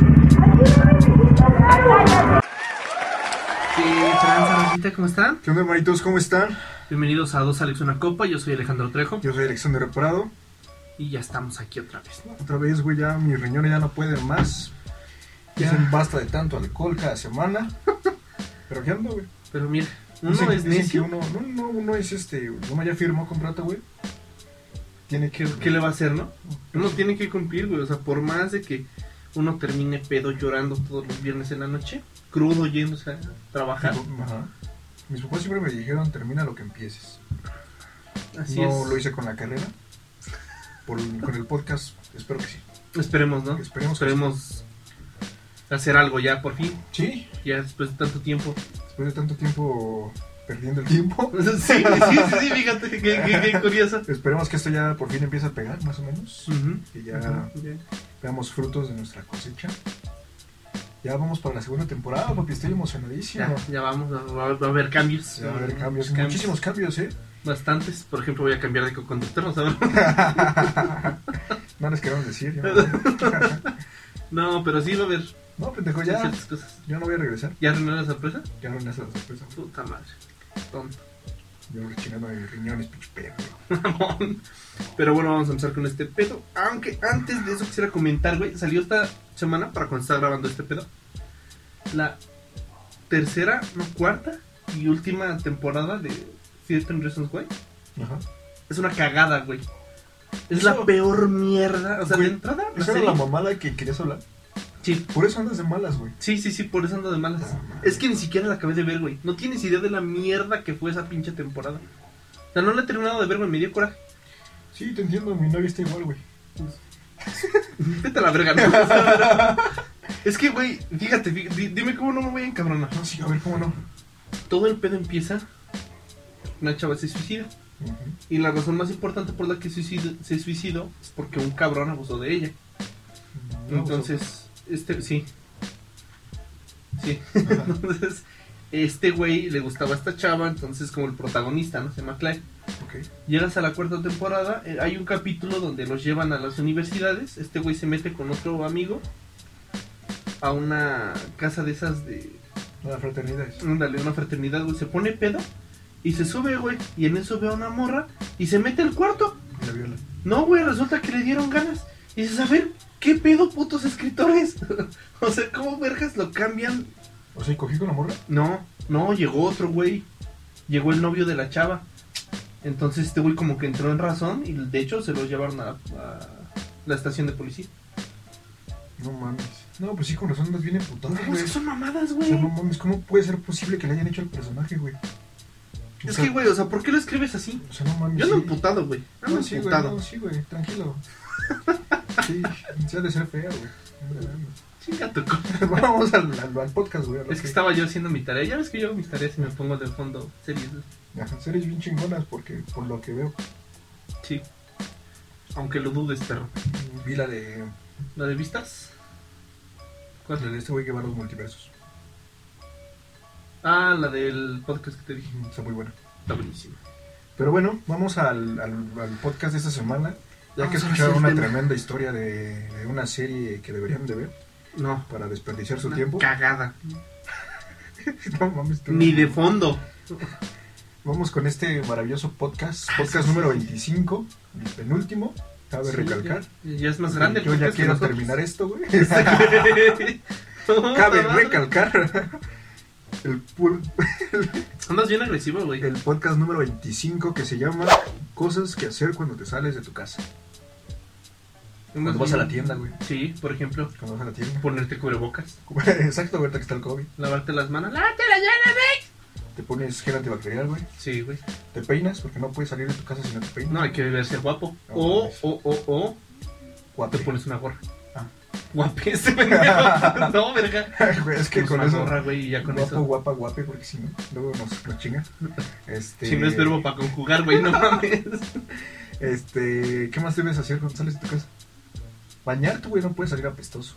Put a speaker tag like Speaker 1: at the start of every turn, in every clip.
Speaker 1: bandita? Eh, ¿Cómo están?
Speaker 2: ¿Qué onda, hermanitos? ¿Cómo están?
Speaker 1: Bienvenidos a Dos Alex Una Copa. Yo soy Alejandro Trejo
Speaker 2: Yo soy Alexander Prado.
Speaker 1: y ya estamos aquí otra vez. ¿no?
Speaker 2: Otra vez, güey, ya mis riñones ya no pueden más.
Speaker 1: Ya.
Speaker 2: Dicen basta de tanto alcohol cada semana. Pero ¿qué onda, güey?
Speaker 1: Pero mira, uno
Speaker 2: Dicen-
Speaker 1: es
Speaker 2: dicen que
Speaker 1: necio.
Speaker 2: Uno, no, no, uno es este, uno ya firmó contrato, güey. Tiene que...
Speaker 1: ¿Qué le va a hacer, no? Uno tiene que cumplir, güey. O sea, por más de que uno termine pedo llorando todos los viernes en la noche, crudo yéndose a trabajar.
Speaker 2: Ajá. Mis papás siempre me dijeron, termina lo que empieces.
Speaker 1: Así
Speaker 2: no
Speaker 1: es.
Speaker 2: lo hice con la carrera. Por- con el podcast, espero que sí.
Speaker 1: Esperemos, ¿no?
Speaker 2: Esperemos que
Speaker 1: Esperemos hacer algo ya por fin.
Speaker 2: Sí,
Speaker 1: Ya después de tanto tiempo.
Speaker 2: después de tanto tiempo perdiendo el tiempo.
Speaker 1: Sí, sí, sí, sí, fíjate, qué, qué- qué curioso.
Speaker 2: Esperemos que esto ya por fin empiece a pegar, más o menos.
Speaker 1: Ujú.
Speaker 2: Que ya
Speaker 1: Ujú, ya.
Speaker 2: veamos frutos de nuestra cosecha. Ya vamos para la segunda temporada, papi. Estoy emocionadísimo.
Speaker 1: Ya, ya vamos, va, va- va a haber cambios.
Speaker 2: Ya va a haber cambios, muchísimos cambios, ¿eh?
Speaker 1: Bastantes. Por ejemplo, voy a cambiar de co-conductor. No, sabemos.
Speaker 2: no les queremos decir. yo no-
Speaker 1: no pero sí va a haber
Speaker 2: no, pendejo, Pues ya.
Speaker 1: ciertas cosas.
Speaker 2: Yo no voy a regresar.
Speaker 1: ¿Ya arruinaron la sorpresa?
Speaker 2: Ya no me hace la sorpresa.
Speaker 1: Puta madre. Tonto.
Speaker 2: Yo rechingando mis riñones, pinche perro.
Speaker 1: Pero bueno, vamos a empezar con este pedo. Aunque antes de eso quisiera comentar, güey. Salió esta semana para cuando está grabando este pedo. La tercera, no cuarta y última temporada de Certain Reasons Why.
Speaker 2: Ajá.
Speaker 1: Es una cagada, güey. Es
Speaker 2: Eso-
Speaker 1: la peor mierda. O sea,
Speaker 2: Güey,
Speaker 1: de entrada, la
Speaker 2: Esa era
Speaker 1: serie-
Speaker 2: la mamada que querías hablar.
Speaker 1: Sí,
Speaker 2: Por eso andas de malas, güey.
Speaker 1: sí, sí, sí, por eso ando de malas.
Speaker 2: Ah, madre.
Speaker 1: Es que ni siquiera la acabé de ver, güey. No tienes idea de la mierda que fue esa pinche temporada. O sea, no la he terminado de ver, güey. Me dio coraje.
Speaker 2: Sí, te entiendo. Mi novia está igual, güey.
Speaker 1: Vete a la verga, ¿no? Es que, güey, fíjate, fí- di- dime cómo no me voy a encabronar.
Speaker 2: No, sí, a ver cómo no.
Speaker 1: Todo el pedo empieza. Una chava se suicida.
Speaker 2: Ujú.
Speaker 1: Y la razón más importante por la que suicid- se suicidó es porque un cabrón abusó de ella.
Speaker 2: No,
Speaker 1: Entonces, este, sí. Sí.
Speaker 2: pues, ajá.
Speaker 1: Entonces, este güey le gustaba esta chava, entonces como el protagonista, ¿no? Se llama Clay.
Speaker 2: Ok.
Speaker 1: Llegas a la cuarta temporada, eh, hay un capítulo donde los llevan a las universidades, este güey se mete con otro amigo a una casa de esas de...
Speaker 2: La fraternidad.
Speaker 1: Ándale, una fraternidad, güey, se pone pedo y se sube, güey, y en eso ve a una morra y se mete al cuarto.
Speaker 2: Y la viola.
Speaker 1: No, güey, resulta que le dieron ganas. Y dices, a ver, ¿qué pedo putos escritores? o sea, ¿cómo vergas lo cambian
Speaker 2: O sea, ¿y cogí con la morra.
Speaker 1: No, no, llegó otro güey. Llegó el novio de la chava. Entonces este güey como que entró en razón y de hecho se lo llevaron a, a la estación de policía.
Speaker 2: No mames. No, pues sí, con razón andas bien emputado,
Speaker 1: No, es
Speaker 2: güey.
Speaker 1: que son mamadas,
Speaker 2: O
Speaker 1: güey.
Speaker 2: sea, no mames, ¿cómo puede ser posible que le hayan hecho al personaje, güey? O
Speaker 1: Es
Speaker 2: sea,
Speaker 1: que, güey, o sea, ¿por qué lo escribes así?
Speaker 2: O sea, no mames.
Speaker 1: Yo ando
Speaker 2: sí.
Speaker 1: emputado, güey. Ando
Speaker 2: No, sí, güey,
Speaker 1: emputado.
Speaker 2: no, sí, güey, tranquilo. Sí, se ha de ser fea, güey. Hombre, mames.
Speaker 1: Chinga tu co-
Speaker 2: Vamos al, al, al podcast, güey. a lo
Speaker 1: Es que estaba yo haciendo mi tarea. Ya ves que yo hago mis tareas y me pongo de fondo series. güey.
Speaker 2: Ajá, Series bien chingonas, porque por lo que veo,
Speaker 1: Sí. Aunque lo dudes, perro.
Speaker 2: vi la de,
Speaker 1: ¿La de vistas?
Speaker 2: la
Speaker 1: ¿Cuál?
Speaker 2: de este güey que va a los multiversos.
Speaker 1: Ah, la del podcast que te dije.
Speaker 2: Está muy buena.
Speaker 1: Está buenísima.
Speaker 2: Pero bueno, vamos al, al, al podcast de esta semana. Ya
Speaker 1: Vamos a
Speaker 2: que
Speaker 1: ver si
Speaker 2: escucharon
Speaker 1: el
Speaker 2: una
Speaker 1: tema-
Speaker 2: tremenda historia de, de una serie que deberían de ver
Speaker 1: No.
Speaker 2: para desperdiciar su
Speaker 1: Una
Speaker 2: tiempo.
Speaker 1: Cagada.
Speaker 2: No mames, tú.
Speaker 1: Ni de fondo.
Speaker 2: Vamos con este maravilloso podcast, podcast
Speaker 1: sí,
Speaker 2: número
Speaker 1: sí, sí.
Speaker 2: 25, el penúltimo. Cabe
Speaker 1: Sí,
Speaker 2: recalcar.
Speaker 1: Ya, ya es más grande. el
Speaker 2: Yo ya
Speaker 1: podcast que
Speaker 2: quiero
Speaker 1: nosotros.
Speaker 2: terminar esto, güey.
Speaker 1: No,
Speaker 2: Cabe
Speaker 1: madre.
Speaker 2: recalcar. El, pu-
Speaker 1: Andas bien agresivo, güey.
Speaker 2: el podcast número 25 que se llama Cosas que hacer cuando te sales de tu casa.
Speaker 1: Andas
Speaker 2: Cuando vas a
Speaker 1: bien-
Speaker 2: la tienda, güey.
Speaker 1: Sí, por ejemplo,
Speaker 2: Cuando vas a la tienda.
Speaker 1: ponerte cubrebocas,
Speaker 2: Exacto, ahorita que está el COVID.
Speaker 1: lavarte las manos. ¡Lávate las manos!
Speaker 2: Te pones gel antibacterial, güey.
Speaker 1: Sí, güey.
Speaker 2: Te peinas porque no puedes salir de tu casa si no te peinas.
Speaker 1: No, hay que verse guapo.
Speaker 2: No,
Speaker 1: o,
Speaker 2: mames.
Speaker 1: o, o, o, te
Speaker 2: Cuate.
Speaker 1: pones una gorra.
Speaker 2: Ah.
Speaker 1: Guape ese pendejo. No, verga.
Speaker 2: Güey, es que
Speaker 1: Pones
Speaker 2: con
Speaker 1: una
Speaker 2: eso.
Speaker 1: gorra, güey, y ya con
Speaker 2: guapo,
Speaker 1: eso.
Speaker 2: guapa, guape, porque si no, luego nos, nos chingan. Este,
Speaker 1: Si no es verbo para conjugar, güey, no mames.
Speaker 2: Este, ¿qué más debes hacer cuando sales de tu casa? Bañarte, güey, no puedes salir apestoso.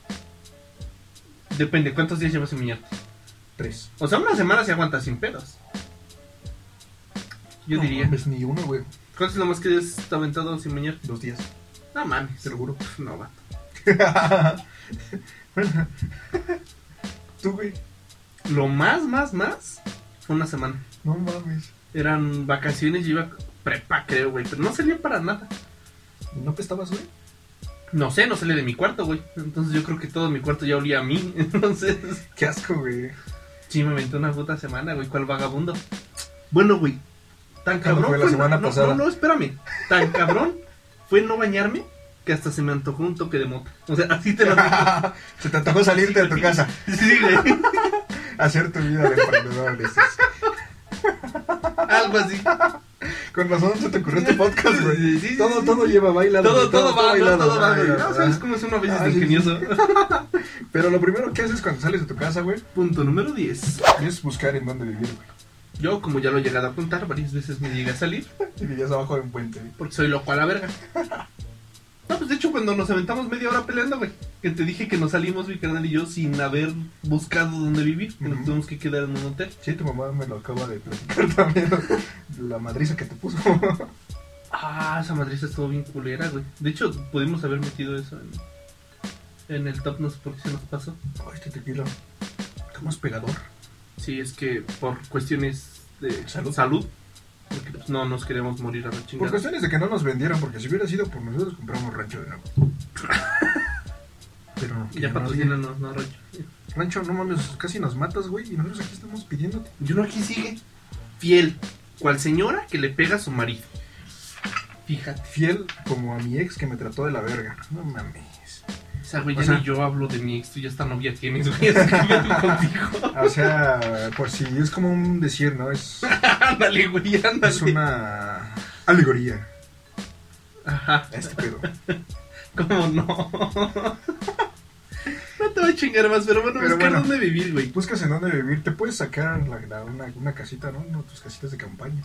Speaker 1: Depende, ¿cuántos días llevas en miñarte?
Speaker 2: Tres.
Speaker 1: O sea, una semana se aguanta sin pedos. Yo
Speaker 2: No
Speaker 1: diría.
Speaker 2: mames, ni uno, güey.
Speaker 1: ¿Cuánto es lo más que has aventado sin bañar?
Speaker 2: Dos días,
Speaker 1: No mames.
Speaker 2: te lo juro.
Speaker 1: Pff, No, va.
Speaker 2: Tú, güey.
Speaker 1: Lo más, más, más Fue una semana.
Speaker 2: No mames.
Speaker 1: Eran vacaciones y iba prepa, creo, güey. Pero no salía para nada.
Speaker 2: ¿No pestabas, güey?
Speaker 1: No sé, no salía de mi cuarto, güey. Entonces yo creo que todo mi cuarto ya olía a mí. Entonces.
Speaker 2: Qué asco, güey.
Speaker 1: Sí, me aventé una puta semana, güey, cual vagabundo. Bueno, güey, tan cabrón.
Speaker 2: fue la semana
Speaker 1: no,
Speaker 2: pasada.
Speaker 1: No, no, espérame. Tan cabrón fue no bañarme que hasta se me antojó un toque de mota. O sea, así te lo digo.
Speaker 2: Se te antojó salirte de tu casa,
Speaker 1: Sí, güey.
Speaker 2: hacer tu vida de emprendedor. dices.
Speaker 1: Algo así.
Speaker 2: Con razón se te ocurrió este podcast, güey.
Speaker 1: Sí, sí, sí,
Speaker 2: todo,
Speaker 1: sí.
Speaker 2: todo lleva bailado.
Speaker 1: Todo,
Speaker 2: güey,
Speaker 1: todo va, no,
Speaker 2: bailado,
Speaker 1: todo va, güey.
Speaker 2: bailado,
Speaker 1: No, sabes
Speaker 2: ajá.
Speaker 1: cómo es uno a veces
Speaker 2: Ah,
Speaker 1: de
Speaker 2: sí, sí.
Speaker 1: ingenioso.
Speaker 2: Pero lo primero que haces cuando sales de tu casa, güey,
Speaker 1: Punto número 10.
Speaker 2: es buscar en dónde vivir, güey.
Speaker 1: Yo, como ya lo he llegado a contar, varias veces me llegué a salir
Speaker 2: Y vivías abajo de un puente, güey.
Speaker 1: porque soy loco a la verga. No, pues de hecho, cuando nos aventamos media hora peleando, güey, que te dije que nos salimos, mi carnal y yo, sin haber buscado dónde vivir, que nos
Speaker 2: Ujú.
Speaker 1: tuvimos que quedar en un hotel.
Speaker 2: Sí, tu mamá me lo acaba de platicar también. La madriza que te puso.
Speaker 1: Ah, esa madriza estuvo bien culera, güey. De hecho, pudimos haber metido eso en, en el top, no sé por qué se nos pasó.
Speaker 2: Ay, este tequila. ¿Cómo es pegador?
Speaker 1: Sí, es que por cuestiones de
Speaker 2: Salud.
Speaker 1: salud, porque pues, no nos queremos morir a la
Speaker 2: Por
Speaker 1: chingada.
Speaker 2: cuestiones de que no nos vendieran, porque si hubiera sido por nosotros, compramos rancho de nuevo. Pero no.
Speaker 1: ya
Speaker 2: patrocinan.
Speaker 1: patrocínanos, no, Rocho.
Speaker 2: Rancho, no mames, casi nos matas, güey. Y nosotros aquí estamos pidiéndote.
Speaker 1: Y uno aquí sigue fiel, cual señora que le pega a su marido. Fíjate,
Speaker 2: Fiel como a mi ex que me trató de la verga. No mames.
Speaker 1: o sea, güey,
Speaker 2: O
Speaker 1: ya
Speaker 2: sea-
Speaker 1: ni yo hablo de mi ex, tú ya esta novia tienes, güey, así que me tú contigo.
Speaker 2: O sea, por si es como un decir, ¿no? Es,
Speaker 1: ándale, güey, ándale.
Speaker 2: es una alegoría
Speaker 1: Ajá.
Speaker 2: a este pedo.
Speaker 1: ¿Cómo no? no te voy a chingar más, pero bueno,
Speaker 2: Pero
Speaker 1: buscar
Speaker 2: bueno.
Speaker 1: dónde vivir, güey.
Speaker 2: Buscas pues en dónde vivir, te puedes sacar la- la- una, una casita, ¿no? Uno de tus casitas de campaña.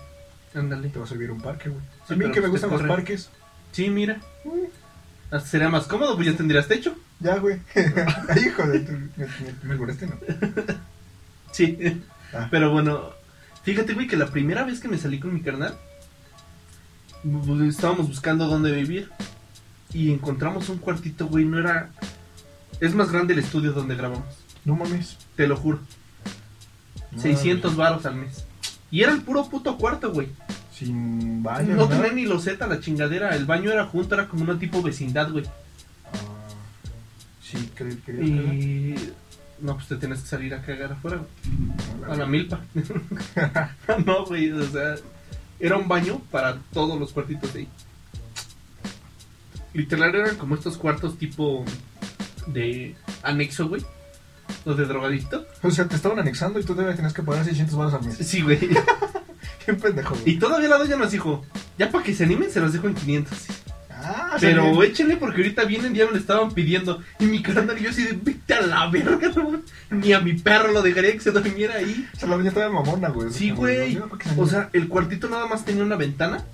Speaker 1: Ándale.
Speaker 2: Te vas a vivir a un parque, güey.
Speaker 1: Sí,
Speaker 2: a mí
Speaker 1: pero
Speaker 2: que me
Speaker 1: pues te
Speaker 2: gustan los
Speaker 1: corren.
Speaker 2: parques.
Speaker 1: Sí, mira.
Speaker 2: mm,
Speaker 1: Hasta Sería más cómodo, pues ya tendrías techo.
Speaker 2: Ya, güey. Ay, Hijo de tu. Me, me, me alboraste, ¿no?
Speaker 1: Sí.
Speaker 2: Ah.
Speaker 1: Pero bueno, fíjate, güey, que la primera vez que me salí con mi carnal, bu- estábamos buscando dónde vivir. Y encontramos un cuartito, güey, no era... Es más grande el estudio donde grabamos,
Speaker 2: No mames.
Speaker 1: te lo juro.
Speaker 2: No,
Speaker 1: 600 varos al mes. Y era el puro puto cuarto, güey.
Speaker 2: güey. Sin baño.
Speaker 1: no
Speaker 2: nada.
Speaker 1: tenía ni loseta la chingadera, el baño era junto, era como una tipo vecindad, güey.
Speaker 2: Ah, sí, creo que.
Speaker 1: Y... No, pues te tienes que salir a cagar afuera, güey. A la milpa. no, güey, o sea, era un baño para todos los cuartitos de ahí. Literal eran como estos cuartos tipo de anexo, güey. Los de drogadicto.
Speaker 2: O sea, te estaban anexando y tú todavía tenías que pagar 600 balas al mes.
Speaker 1: Sí, güey.
Speaker 2: Qué pendejo,
Speaker 1: Y
Speaker 2: güey.
Speaker 1: todavía la doña nos dijo, ya para que se animen se los dejo en 500.
Speaker 2: Ah,
Speaker 1: Pero
Speaker 2: güey.
Speaker 1: échenle porque ahorita vienen, ya me lo estaban pidiendo. Y mi carnal y yo así de, vete a la verga, no, Ni a mi perro lo dejaría que se durmiera ahí.
Speaker 2: O sea, la doña estaba mamona, güey.
Speaker 1: Sí, güey. O sea, el cuartito nada más tenía una ventana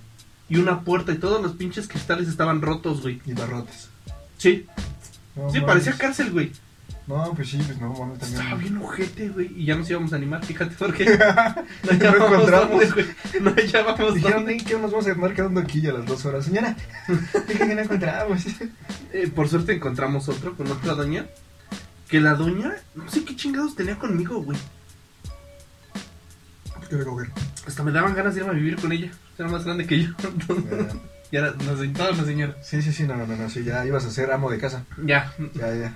Speaker 1: y una puerta y todos los pinches cristales estaban rotos, güey.
Speaker 2: Y barrotes.
Speaker 1: Sí,
Speaker 2: No,
Speaker 1: sí,
Speaker 2: mames.
Speaker 1: parecía cárcel, güey.
Speaker 2: No, pues sí, pues no, mames, también.
Speaker 1: Estaba bien ojete, güey. Y ya nos íbamos a animar, fíjate, porque no hallábamos
Speaker 2: encontramos.
Speaker 1: dónde, güey. No hallábamos
Speaker 2: Dijeron,
Speaker 1: dónde.
Speaker 2: "Ey, ¿qué nos vamos a andar quedando aquí a las dos horas? Señora, dije que no encontramos.
Speaker 1: Eh, por suerte encontramos otro con otra doña. Que la doña, no sé qué chingados tenía conmigo, güey.
Speaker 2: ¿Qué me coger?
Speaker 1: Hasta me daban ganas de irme a vivir con ella. Era más grande que yo. y ahora nos sentaba la señora.
Speaker 2: Sí, sí, sí, no, no, no, no, sí, ya ibas a ser amo de casa.
Speaker 1: Ya,
Speaker 2: Ya, ya.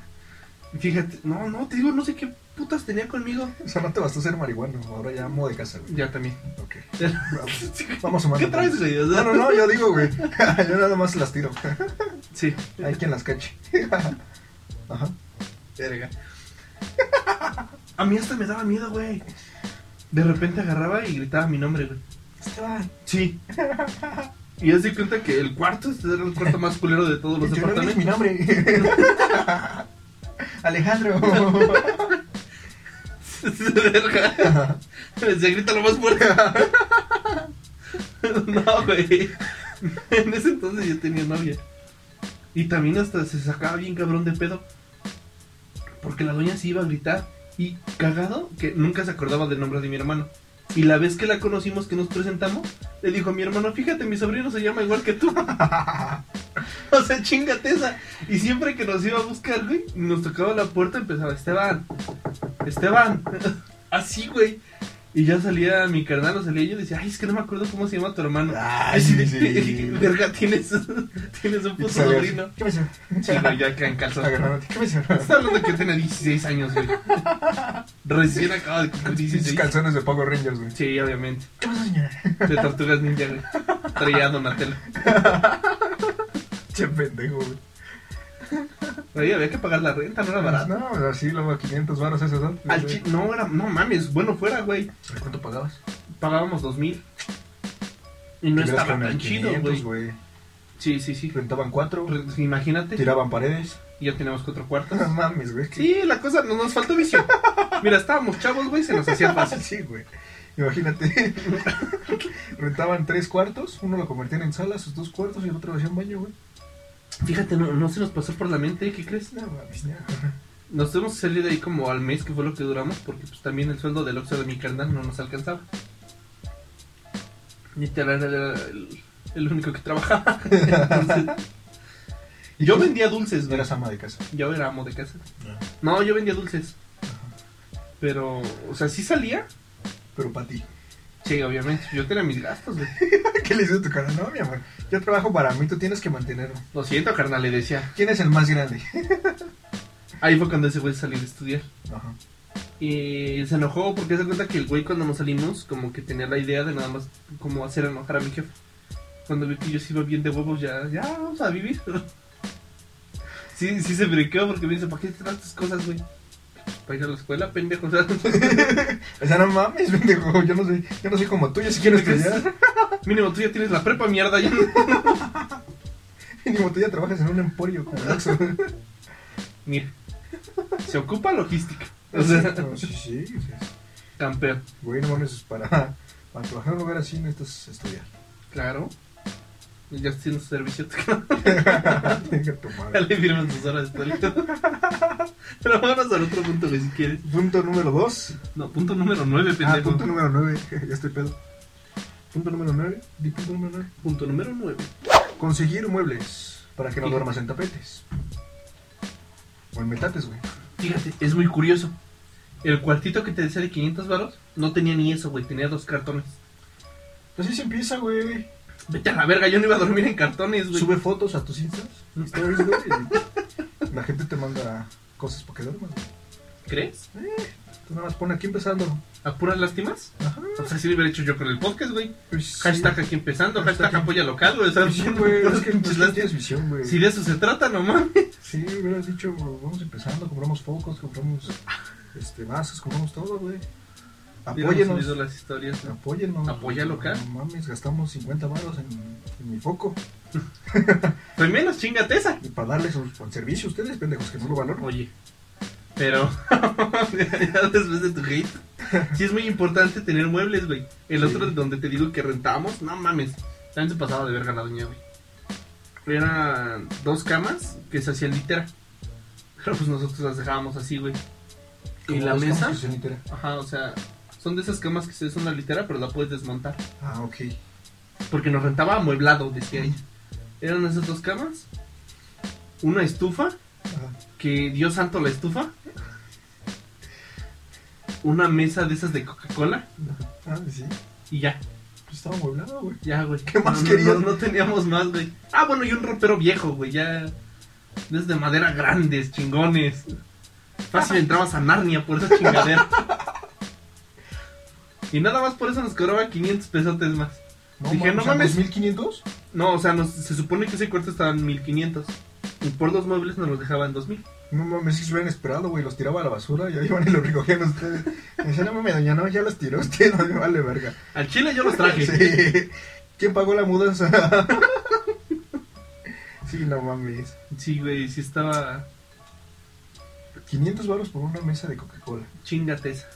Speaker 1: fíjate. No, no, te digo, no sé qué putas tenía conmigo.
Speaker 2: O sea, no te bastó ser marihuano, ahora ya amo de casa, güey.
Speaker 1: Ya también.
Speaker 2: Ok.
Speaker 1: Sí,
Speaker 2: Vamos,
Speaker 1: güey.
Speaker 2: vamos a sumar.
Speaker 1: ¿Qué traes, güey? O sea,
Speaker 2: No, no, no, yo digo, güey. Yo nada más las tiro.
Speaker 1: Sí.
Speaker 2: Hay quien las cache. Ajá.
Speaker 1: Verga. A mí hasta me daba miedo, güey. De repente agarraba y gritaba mi nombre, güey.
Speaker 2: Esteban.
Speaker 1: Sí. Y ya se cuenta que el cuarto este era el cuarto más culero de todos los
Speaker 2: Yo no dije
Speaker 1: departamentos.
Speaker 2: mi nombre. Alejandro.
Speaker 1: Verga. Se grita lo más fuerte. No, güey. En ese entonces yo tenía novia. Y también hasta se sacaba bien cabrón de pedo. Porque la doña sí iba a gritar. Y cagado, que nunca se acordaba del nombre de mi hermano. Y la vez que la conocimos, que nos presentamos, le dijo a mi hermano, fíjate, mi sobrino se llama igual que tú. o sea, chingate esa. Y siempre que nos iba a buscar, güey, nos tocaba la puerta, empezaba, Esteban, Esteban. Así, güey. Y ya salía mi carnal, o salía yo y decía, ay, es que no me acuerdo cómo se llama tu hermano.
Speaker 2: Ay,
Speaker 1: Ay, sí,
Speaker 2: sí.
Speaker 1: Verga, tienes, tienes un
Speaker 2: Y tú
Speaker 1: puto
Speaker 2: sabías,
Speaker 1: sobrino.
Speaker 2: ¿Qué me hicieron?
Speaker 1: Sí, güey, ya que en calzas.
Speaker 2: Agarrándote, ¿Qué me hicieron?
Speaker 1: Estás hablando que tenía 16 años, güey. Recién acaba de cumplir
Speaker 2: Pinches
Speaker 1: 16.
Speaker 2: calzones de Power Rangers, güey.
Speaker 1: Sí, obviamente.
Speaker 2: ¿Qué pasó, señora?
Speaker 1: De Tortugas Ninja, güey. Traía a Donatello.
Speaker 2: Che pendejo, güey.
Speaker 1: Oye, había que pagar la renta, no era barato.
Speaker 2: No, pues así luego 500 varos esos, ¿no?
Speaker 1: Al chi- no, era, no mames, bueno fuera, güey.
Speaker 2: ¿Cuánto pagabas?
Speaker 1: Pagábamos 2000. Y no
Speaker 2: Te hubieras
Speaker 1: estaba
Speaker 2: ganado
Speaker 1: tan chido,
Speaker 2: 500,
Speaker 1: güey. Sí, sí, sí.
Speaker 2: Rentaban cuatro,
Speaker 1: Pues, Imagínate,
Speaker 2: tiraban paredes.
Speaker 1: ya teníamos cuatro cuartos.
Speaker 2: No mames, güey.
Speaker 1: Sí, la cosa, no nos faltó vicio. Mira, estábamos chavos, güey, se nos hacía fácil.
Speaker 2: Sí, güey. Imagínate. Rentaban tres cuartos, uno lo convertían en sala, sus dos cuartos y el otro lo hacían baño, güey.
Speaker 1: Fíjate, no, no se nos pasó por la mente, ¿qué crees?
Speaker 2: No mames, ya.
Speaker 1: Nos tuvimos que salir de ahí como al mes, que fue lo que duramos, porque pues también el sueldo del Oxxo de mi carnal no nos alcanzaba. Literal era el, el único que trabajaba. Entonces, yo Ah. vendía dulces, güey.
Speaker 2: pues, Eras ama de casa.
Speaker 1: Yo era amo de casa. No, yo vendía dulces. Pero, o sea, sí salía.
Speaker 2: Pero para ti.
Speaker 1: Sí, obviamente. Yo tenía mis gastos, güey.
Speaker 2: ¿Qué le dices a tu cara? No, mi amor. Yo trabajo para mí, tú tienes que mantenerlo.
Speaker 1: Lo siento, carnal, le decía.
Speaker 2: ¿Quién es el más grande?
Speaker 1: Ahí fue cuando ese güey salió a estudiar.
Speaker 2: Ajá.
Speaker 1: Y se enojó porque se da cuenta que el güey cuando nos salimos como que tenía la idea de nada más como hacer enojar a mi jefe. Cuando vi que yo sí iba bien de huevos ya, ya vamos a vivir. Sí, sí se briqueó porque me dice, ¿para qué te das tus cosas, güey? Para ir a la escuela, pendejo. o sea,
Speaker 2: O sea, no mames, pendejo. Yo no soy, yo no soy como tú, yo sí quiero estudiar.
Speaker 1: mínimo tú ya tienes la prepa, mierda. ya no-
Speaker 2: Ni como tú ya trabajas en un emporio como el Oxxo.
Speaker 1: Mira, se ocupa logística. O sea,
Speaker 2: No, sí, sí. o sea,
Speaker 1: campeón.
Speaker 2: güey, no mames, es para, para trabajar en un lugar así necesitas estudiar.
Speaker 1: Claro. Ya está haciendo su servicio.
Speaker 2: Venga, tu
Speaker 1: Ya
Speaker 2: madre.
Speaker 1: le firman sus horas de tolito. Pero vámonos al otro punto, güey, si quieres.
Speaker 2: Punto número 2.
Speaker 1: No, punto número 9,
Speaker 2: Ah,
Speaker 1: pendejo.
Speaker 2: punto número 9. Ya estoy pedo. Punto número 9. Di punto número 9.
Speaker 1: Punto número 9.
Speaker 2: Conseguir muebles para que no
Speaker 1: Fíjate.
Speaker 2: duermas en tapetes. O en metates, güey.
Speaker 1: Fíjate, es muy curioso. El cuartito que te decía de 500 varos no tenía ni eso, güey. Tenía dos cartones.
Speaker 2: Así se empieza, güey.
Speaker 1: Vete a la verga, yo no iba a dormir en cartones, güey.
Speaker 2: Sube fotos a tus instas. stories, güey, y La gente te manda cosas para que duermas, güey.
Speaker 1: ¿Crees?
Speaker 2: Tú nada más pon aquí empezando.
Speaker 1: ¿A puras lástimas?
Speaker 2: Ajá.
Speaker 1: O sea, sí lo hubiera hecho yo con el podcast, güey.
Speaker 2: Pues sí.
Speaker 1: Hashtag aquí empezando,
Speaker 2: Hashtag
Speaker 1: hashtag
Speaker 2: aquí.
Speaker 1: apoya local, güey. O sea,
Speaker 2: Pues sí, güey.
Speaker 1: puras
Speaker 2: Es que
Speaker 1: pinches
Speaker 2: es que
Speaker 1: lástimas.
Speaker 2: tienes visión, güey.
Speaker 1: Si de eso se trata, no mames.
Speaker 2: Sí, hubieras dicho, vamos empezando, compramos focos, compramos este, vasos, compramos todo, güey.
Speaker 1: Hubiéramos
Speaker 2: Apóyenos.
Speaker 1: subido las historias, ¿no?
Speaker 2: Apóyenos.
Speaker 1: Apoya local.
Speaker 2: No mames, gastamos 50 baros en, en mi foco.
Speaker 1: Pues menos, chingate esa.
Speaker 2: Y para darles un, un servicio a ustedes, pendejos, que no lo valoran.
Speaker 1: Oye, pero ya después de tu hate, sí es muy importante tener muebles, güey. El
Speaker 2: Sí.
Speaker 1: otro donde te digo que rentamos, no mames, también se pasaba de verga la doña, güey. Eran dos camas que se hacían litera. Pero pues nosotros las dejábamos así, güey. Y
Speaker 2: Como
Speaker 1: la
Speaker 2: los
Speaker 1: mesa,
Speaker 2: campos que son literal.
Speaker 1: ajá, o sea, son de esas camas que se es una litera, pero la puedes desmontar.
Speaker 2: Ah, ok.
Speaker 1: Porque nos rentaba amueblado, decía ella. Eran esas dos camas, una estufa
Speaker 2: Ajá.
Speaker 1: que Dios santo la estufa. Una mesa de esas de Coca-Cola
Speaker 2: Ah, sí.
Speaker 1: y ya,
Speaker 2: Pues estaba amueblado, güey.
Speaker 1: ya, güey.
Speaker 2: ¿Qué más
Speaker 1: No, no,
Speaker 2: querías?
Speaker 1: No, no teníamos más, güey. Ah, bueno, y un ropero viejo, güey, ya. Desde madera grandes, chingones. Fácil entrabas a Narnia por esa chingadera. Y nada más por eso nos cobraba 500 pesotes más.
Speaker 2: No
Speaker 1: Dije, no
Speaker 2: o sea,
Speaker 1: mames.
Speaker 2: 2500?
Speaker 1: No, o sea, nos- se supone que ese cuarto estaba en 1500. Y por los muebles nos los dejaban 2000.
Speaker 2: No mames, si se hubieran esperado, güey, los tiraba a la basura y ahí iban y los recogían ustedes. Me decían, no mames, doña, no, ya los tiró usted, no me vale verga.
Speaker 1: Al chile yo los traje.
Speaker 2: Sí. ¿Quién pagó la mudanza? sí, no mames.
Speaker 1: Sí, güey, sí estaba.
Speaker 2: 500 baros por una mesa de Coca-Cola.
Speaker 1: Chingate esa.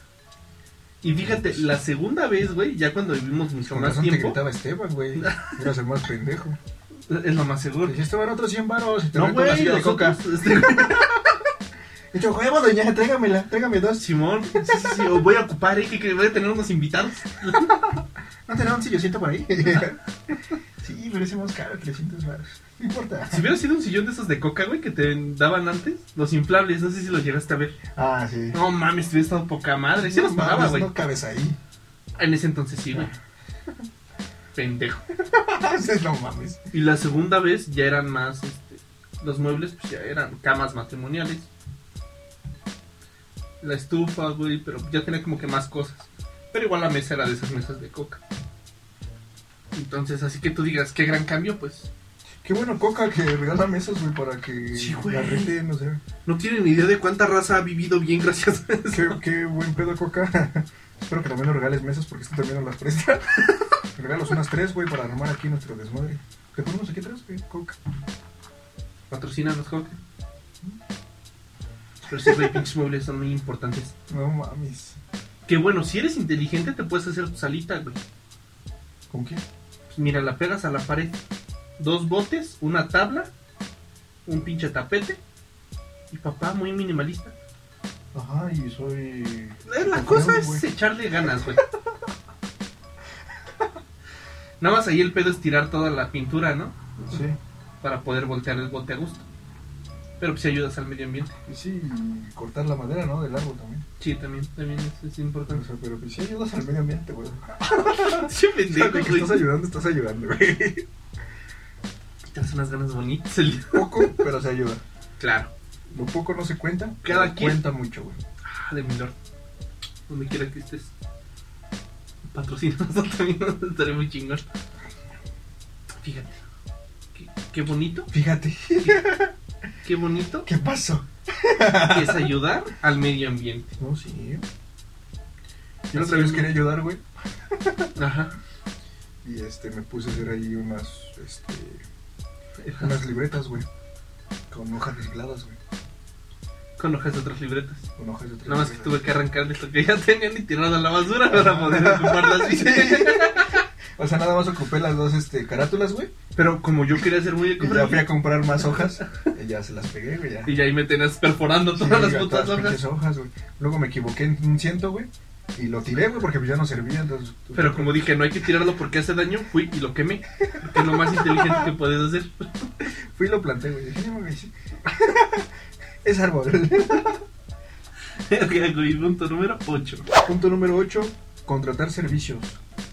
Speaker 1: Y fíjate, la segunda vez, güey, ya cuando vivimos mucho
Speaker 2: Con
Speaker 1: más
Speaker 2: razón te
Speaker 1: tiempo,
Speaker 2: gritaba Esteban, güey. Eras el más pendejo.
Speaker 1: es lo más seguro.
Speaker 2: Y Esteban, otros 100 baros. y te
Speaker 1: No,
Speaker 2: rento una
Speaker 1: güey,
Speaker 2: silla de
Speaker 1: los
Speaker 2: coca.
Speaker 1: otros, este,
Speaker 2: Y yo, huevo, doña, tráigamela, tráigame dos.
Speaker 1: Simón, sí, sí, sí, o voy a ocupar, eh, que, que voy a tener unos invitados.
Speaker 2: ¿No tendrá un sillocito por ahí? sí, pero ese más caro, 300 baros. No importa.
Speaker 1: Si hubiera sido un sillón de esos de coca, güey, que te daban antes, los inflables, no sé si los llegaste a ver.
Speaker 2: Ah, sí.
Speaker 1: No mames, hubiera estado poca madre. Sí los
Speaker 2: No mames,
Speaker 1: pagaba, güey.
Speaker 2: No cabes ahí.
Speaker 1: En ese entonces sí, güey. Pendejo.
Speaker 2: Entonces, no mames.
Speaker 1: Y la segunda vez ya eran más, este, los muebles pues ya eran camas matrimoniales. La estufa, güey, pero ya tenía como que más cosas. Pero igual la mesa era de esas mesas de coca. Entonces, así que tú digas, qué gran cambio, pues.
Speaker 2: Qué bueno, Coca, que regala mesas, güey, para que
Speaker 1: Sí, güey.
Speaker 2: la rete, no sé.
Speaker 1: No tienen ni idea de cuánta raza ha vivido bien gracias a eso.
Speaker 2: Qué, qué buen pedo, Coca. Espero que también nos regales mesas porque esto también nos las presta. Regalos unas tres, güey, para armar aquí nuestro desmadre. ¿Te ponemos aquí atrás, güey? Coca.
Speaker 1: Patrocínanos, Coca. Pero sí, güey, pinches muebles son muy importantes.
Speaker 2: No mames.
Speaker 1: Que bueno, si eres inteligente te puedes hacer tu salita, güey.
Speaker 2: ¿Con quién?
Speaker 1: Pues mira, la pegas a la pared. Dos botes, una tabla, un pinche tapete. Y papá, muy minimalista.
Speaker 2: Ajá, y soy.
Speaker 1: Eh, La
Speaker 2: Con
Speaker 1: cosa
Speaker 2: huevo,
Speaker 1: es
Speaker 2: güey.
Speaker 1: echarle ganas, güey. Nada más ahí el pedo es tirar toda la pintura, ¿no?
Speaker 2: Sí.
Speaker 1: Para poder voltear el bote a gusto. Pero pues si ayudas al medio ambiente.
Speaker 2: Y sí, y cortar la madera, ¿no? Del árbol también.
Speaker 1: Sí, también, también es, es
Speaker 2: O
Speaker 1: importante.
Speaker 2: sea, pero pues sí ayudas al medio ambiente, güey.
Speaker 1: Sí,
Speaker 2: Claro
Speaker 1: pendejo,
Speaker 2: que estás
Speaker 1: güey.
Speaker 2: ayudando, estás ayudando, güey.
Speaker 1: Te hacen unas ganas bonitas el día.
Speaker 2: Poco, pero se ayuda.
Speaker 1: Claro.
Speaker 2: Lo poco no se cuenta,
Speaker 1: Cada
Speaker 2: pero
Speaker 1: quien.
Speaker 2: cuenta mucho, güey.
Speaker 1: Ah, de mi lord. Donde quiera que estés. Patrocínanos también, estaré muy chingón. Fíjate. Qué, qué bonito,
Speaker 2: Fíjate,
Speaker 1: qué bonito
Speaker 2: ¿qué pasó?
Speaker 1: que es ayudar al medio ambiente.
Speaker 2: No, sí. Yo la
Speaker 1: Así
Speaker 2: otra vez
Speaker 1: es.
Speaker 2: quería ayudar, güey.
Speaker 1: Ajá.
Speaker 2: Y este, me puse a hacer ahí unas, este, unas libretas, güey. Con hojas recicladas, güey.
Speaker 1: Con hojas de otras libretas.
Speaker 2: Con hojas de otras
Speaker 1: Nada más que tuve
Speaker 2: libretas.
Speaker 1: que arrancarles lo que ya tenían y tirarlo a la basura para poder ocuparlas.
Speaker 2: Sí. O sea, nada más ocupé las dos este, carátulas, güey.
Speaker 1: Pero como yo quería ser muy
Speaker 2: Y ya fui a
Speaker 1: económico,
Speaker 2: comprar más hojas. Y ya se las pegué, güey. Ya.
Speaker 1: y ya ahí me tenías perforando
Speaker 2: Sí,
Speaker 1: todas las
Speaker 2: güey,
Speaker 1: putas
Speaker 2: todas las
Speaker 1: hojas.
Speaker 2: pinches hojas, güey. Luego me equivoqué en un ciento, güey. Y lo tiré, güey, porque pues ya no servía. Entonces, pues,
Speaker 1: Pero como dije, no hay que tirarlo porque hace daño, fui y lo quemé. Porque es lo más inteligente que puedes hacer.
Speaker 2: Fui y lo planté, güey. Dije, "No, güey, sí". es árbol.
Speaker 1: Ok, güey, punto número 8.
Speaker 2: Punto número 8. Contratar servicios.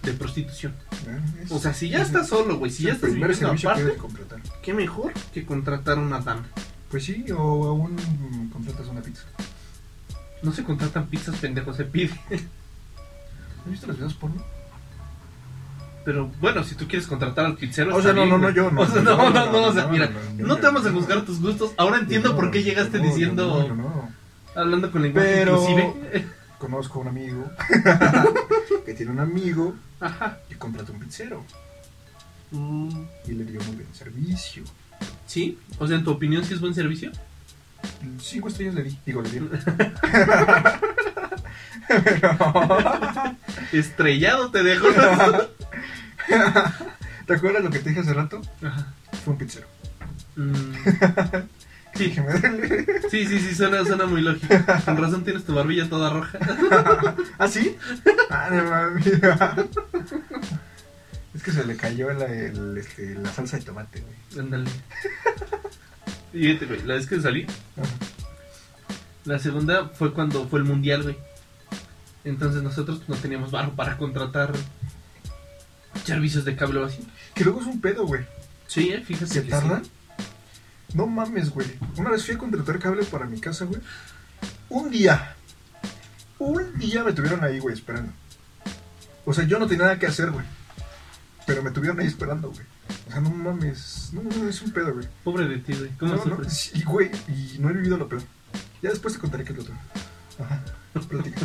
Speaker 1: De prostitución.
Speaker 2: ¿Eh? Es-
Speaker 1: O sea, si ya
Speaker 2: es
Speaker 1: estás solo, güey, si
Speaker 2: el
Speaker 1: ya estás
Speaker 2: primer
Speaker 1: viviendo
Speaker 2: servicio que
Speaker 1: aparte,
Speaker 2: debes contratar.
Speaker 1: qué mejor que contratar una dama.
Speaker 2: Pues sí, o aún mm, contratas una pizza.
Speaker 1: No se contratan pizzas, pendejos, se pide.
Speaker 2: ¿Has visto los videos porno?
Speaker 1: Pero bueno, si tú quieres contratar al pizzero.
Speaker 2: O sea,
Speaker 1: está
Speaker 2: no,
Speaker 1: bien,
Speaker 2: no, no,
Speaker 1: güey.
Speaker 2: yo no.
Speaker 1: O sea, no, no, no, o sea,
Speaker 2: no,
Speaker 1: mira,
Speaker 2: no, no,
Speaker 1: no
Speaker 2: yo-
Speaker 1: te vamos a juzgar tus gustos. Ahora entiendo
Speaker 2: No,
Speaker 1: por qué llegaste
Speaker 2: no, yo
Speaker 1: diciendo,
Speaker 2: no, yo no.
Speaker 1: hablando con lenguaje
Speaker 2: Pero-
Speaker 1: inclusive.
Speaker 2: Conozco a un amigo que tiene un amigo
Speaker 1: Ajá.
Speaker 2: que contrata un pizzero
Speaker 1: Mm,
Speaker 2: y le dio muy buen servicio.
Speaker 1: Sí, o sea, en tu opinión, si es buen servicio.
Speaker 2: Cinco estrellas le di. Digo, le di.
Speaker 1: Estrellado te dejo.
Speaker 2: ¿Te acuerdas lo que te dije hace rato?
Speaker 1: Ajá.
Speaker 2: Fue un pizzero.
Speaker 1: Mm, Sí,
Speaker 2: Dije, me duele.
Speaker 1: sí, sí, sí, suena, suena muy lógico. Con razón tienes tu barbilla toda roja.
Speaker 2: ¿Ah, sí? Ah, no mames. Es que se le cayó la, el, este, la salsa de tomate, güey.
Speaker 1: Ándale. Fíjate, güey, la vez que salí,
Speaker 2: Ajá.
Speaker 1: la segunda fue cuando fue el mundial, güey. Entonces nosotros no teníamos barro para contratar servicios de cable o así.
Speaker 2: Que luego es un pedo, güey.
Speaker 1: Sí, eh, fíjate.
Speaker 2: ¿Se
Speaker 1: que sí.
Speaker 2: tardan? No mames, güey. Una vez fui a contratar cable para mi casa, güey. Un día. Un día me tuvieron ahí, güey, esperando. O sea, yo no tenía nada que hacer, güey. Pero me tuvieron ahí esperando, güey. O sea, no mames. No, no, es un pedo, güey.
Speaker 1: Pobre de ti, güey. ¿Cómo
Speaker 2: No, no,
Speaker 1: sufres?
Speaker 2: sí, güey, y no he vivido lo peor. Ya después te contaré qué es lo peor. Ajá, platica.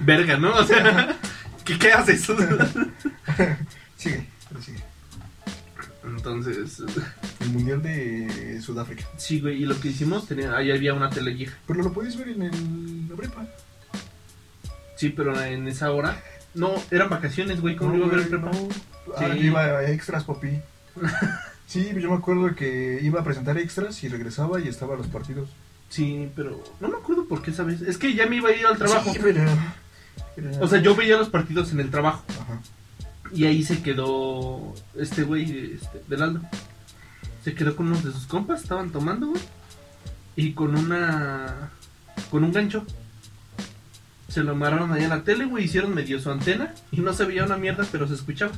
Speaker 1: Verga, ¿no? O sea, ¿qué, qué haces?
Speaker 2: Sigue, pero sigue.
Speaker 1: Entonces,
Speaker 2: El mundial de Sudáfrica.
Speaker 1: sí, güey, y lo que hicimos, tenía, ahí había una tele vieja.
Speaker 2: Pero lo puedes ver en el, la prepa.
Speaker 1: Sí, pero en esa hora. No, eran vacaciones, güey. ¿Cómo lo iba a ver el
Speaker 2: güey,
Speaker 1: prepa?
Speaker 2: no. Ah,
Speaker 1: Sí.
Speaker 2: yo iba a extras, papi. Sí, yo me acuerdo que iba a presentar extras y regresaba y estaba a los partidos.
Speaker 1: Sí, pero no me acuerdo por qué esa vez. Es que ya me iba a ir al trabajo.
Speaker 2: Sí, pero- pero-
Speaker 1: O sea, yo veía los partidos en el trabajo.
Speaker 2: Ajá.
Speaker 1: Y ahí se quedó este güey, este, Belaldo. Se quedó con unos de sus compas, estaban tomando, güey. Y con una. Con un gancho. Se lo amarraron allá en la tele, güey, hicieron medio su antena y no se veía una mierda, pero se escuchaba.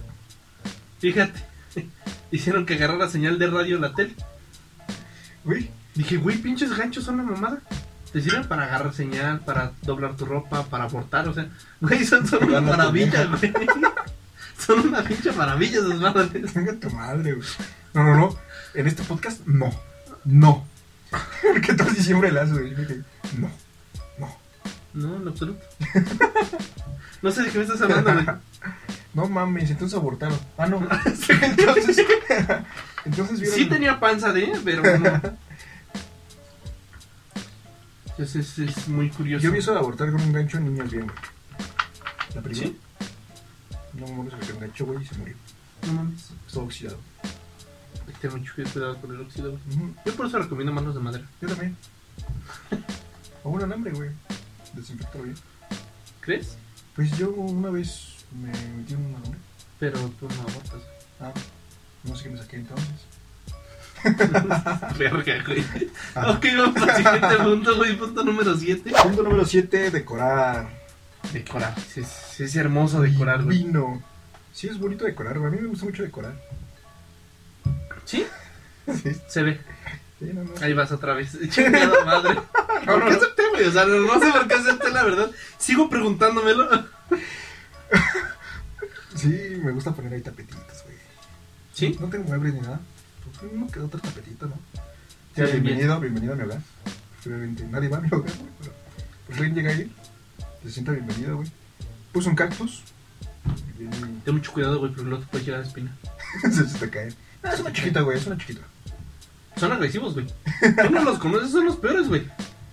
Speaker 1: Fíjate, hicieron que agarrara señal de radio en la tele.
Speaker 2: Güey,
Speaker 1: Dije, güey, pinches ganchos son una mamada. Te sirven para agarrar señal, para doblar tu ropa, para abortar, o sea, güey, son, son una
Speaker 2: Ganas
Speaker 1: maravilla, güey. Son una pinche maravilla esas madres.
Speaker 2: venga tu madre, güey. No, no, no. En este podcast, no. No. Porque tú así siempre la haces, güey. Dije, No.
Speaker 1: No, en absoluto. No sé de qué me estás hablando, güey.
Speaker 2: No mames, entonces abortaron. Ah, no. Entonces. entonces vieron.
Speaker 1: Sí tenía panza de, pero no. Es, es, es muy curioso.
Speaker 2: Yo vi eso de abortar con un gancho en niños bien, güey. La primera.
Speaker 1: ¿Sí?
Speaker 2: No mames, me enganchó, güey, y se murió.
Speaker 1: No mames.
Speaker 2: Estaba oxidado.
Speaker 1: Hay que tener mucho cuidado con el óxido. güey.
Speaker 2: Ujú,
Speaker 1: Yo por eso recomiendo más los de madera.
Speaker 2: Yo también. O un alambre, güey. Desinfectado bien.
Speaker 1: ¿Crees?
Speaker 2: Pues yo una vez me metí en un alambre.
Speaker 1: Pero tú no abortas.
Speaker 2: Ah, no sé qué me saqué entonces.
Speaker 1: Verga, güey.
Speaker 2: Ah.
Speaker 1: Ok, vamos al siguiente punto, güey. Punto número 7.
Speaker 2: Punto número 7, decorar.
Speaker 1: Decorar. Sí, es- sí es hermoso decorar, güey.
Speaker 2: Vino. Sí, es bonito decorar, güey. A mí me gusta mucho decorar.
Speaker 1: ¿Sí?
Speaker 2: Sí,
Speaker 1: Se ve.
Speaker 2: sí, no, no.
Speaker 1: Ahí vas otra vez. Chingada madre.
Speaker 2: No,
Speaker 1: ¿Por
Speaker 2: no,
Speaker 1: qué
Speaker 2: no.
Speaker 1: acepté, güey? O sea, no, no sé por qué acepté, la verdad. Sigo preguntándomelo.
Speaker 2: Sí, me gusta poner ahí tapetitos, güey.
Speaker 1: ¿Sí?
Speaker 2: No tengo muebles ni nada. Pues uno que otro tapetito, ¿no? Ya,
Speaker 1: Sí,
Speaker 2: bienvenido, bienvenido a mi hogar. Obviamente, nadie va a mi hogar, güey, pero pues alguien llega ahí, se sienta bienvenido, güey. Puse un cactus. y viene-
Speaker 1: Ten mucho cuidado, güey, porque luego te puede llegar a la espina.
Speaker 2: se te cae. Ah, es una chiquita, güey, es una chiquita.
Speaker 1: Son agresivos, güey. Tú no los conoces, son los peores, güey.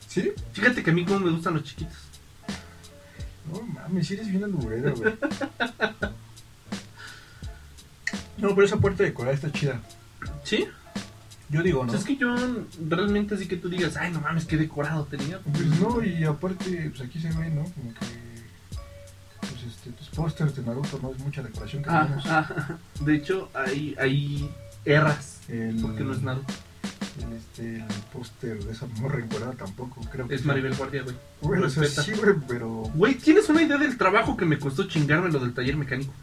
Speaker 2: ¿Sí?
Speaker 1: Fíjate que a mí como me gustan los chiquitos.
Speaker 2: No mames, sí eres bien alburera, güey. No, pero esa puerta decorada está chida.
Speaker 1: ¿Sí?
Speaker 2: Yo digo,
Speaker 1: O
Speaker 2: ¿no?
Speaker 1: sea, Pues es que yo realmente así que tú digas, ay, no mames, qué decorado tenía.
Speaker 2: Pues no, y aparte, pues aquí se ve, ¿no? Como que. Pues este, tus pósters de Naruto, ¿no? Es mucha decoración que
Speaker 1: Ah,
Speaker 2: tenemos.
Speaker 1: ah, de hecho, ahí, ahí erras.
Speaker 2: El,
Speaker 1: Porque no es Naruto,
Speaker 2: El, este, el póster de esa morra encuadrada tampoco, creo que.
Speaker 1: es Maribel Guardia, güey.
Speaker 2: Güey, o sea,
Speaker 1: Respeta.
Speaker 2: sí, güey, pero.
Speaker 1: Güey, ¿tienes una idea del trabajo que me costó chingarme lo del taller mecánico?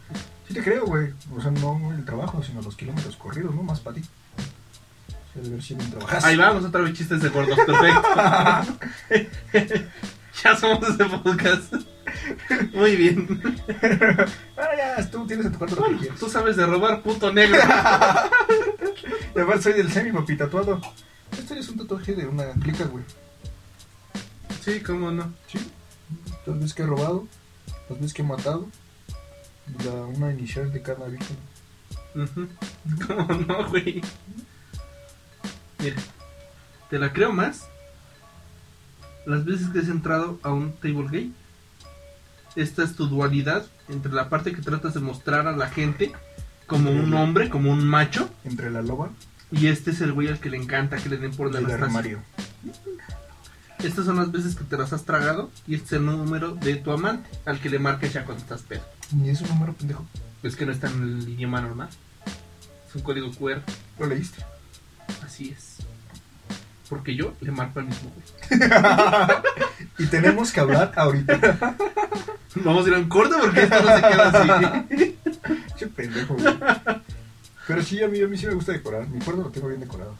Speaker 2: Sí te creo, güey. O sea, no el trabajo, sino los kilómetros corridos, ¿no? Más para ti. O sea, de ver si bien trabajas.
Speaker 1: Ahí vamos, otra vez chistes de gordos,
Speaker 2: Ah,
Speaker 1: perfecto. ya somos ese podcast. Muy bien.
Speaker 2: Ah, ya, tú tienes en tu cuarto lo que
Speaker 1: Bueno,
Speaker 2: quieres.
Speaker 1: tú sabes de robar, puto negro.
Speaker 2: Y aparte soy del semi, papi, tatuado. Esto es un tatuaje de una clica, güey.
Speaker 1: Sí, cómo no.
Speaker 2: Sí. Las veces que he robado, las veces que he matado, y la, una inicial de cada víctima.
Speaker 1: Ujú. ¿Cómo no, güey? Mira, te la creo más las veces que has entrado a un table gay. Esta es tu dualidad entre la parte que tratas de mostrar a la gente como un hombre, como un macho,
Speaker 2: Entre la loba
Speaker 1: y este es el güey al que le encanta que le den por
Speaker 2: y
Speaker 1: la
Speaker 2: el
Speaker 1: Anastasia.
Speaker 2: armario.
Speaker 1: Estas son las veces que te las has tragado y este es el número de tu amante al que le marcas ya cuando estás pedo.
Speaker 2: Ni es un número pendejo.
Speaker 1: Es que no está en el idioma normal. Es un código QR.
Speaker 2: ¿Lo leíste?
Speaker 1: Así es. Porque yo le marco al mismo güey.
Speaker 2: Y tenemos que hablar ahorita.
Speaker 1: Vamos a ir a un corte porque esto no se queda así.
Speaker 2: Che pendejo, güey. Pero sí, a mí, a mí sí me gusta decorar. Mi cuarto lo tengo bien decorado.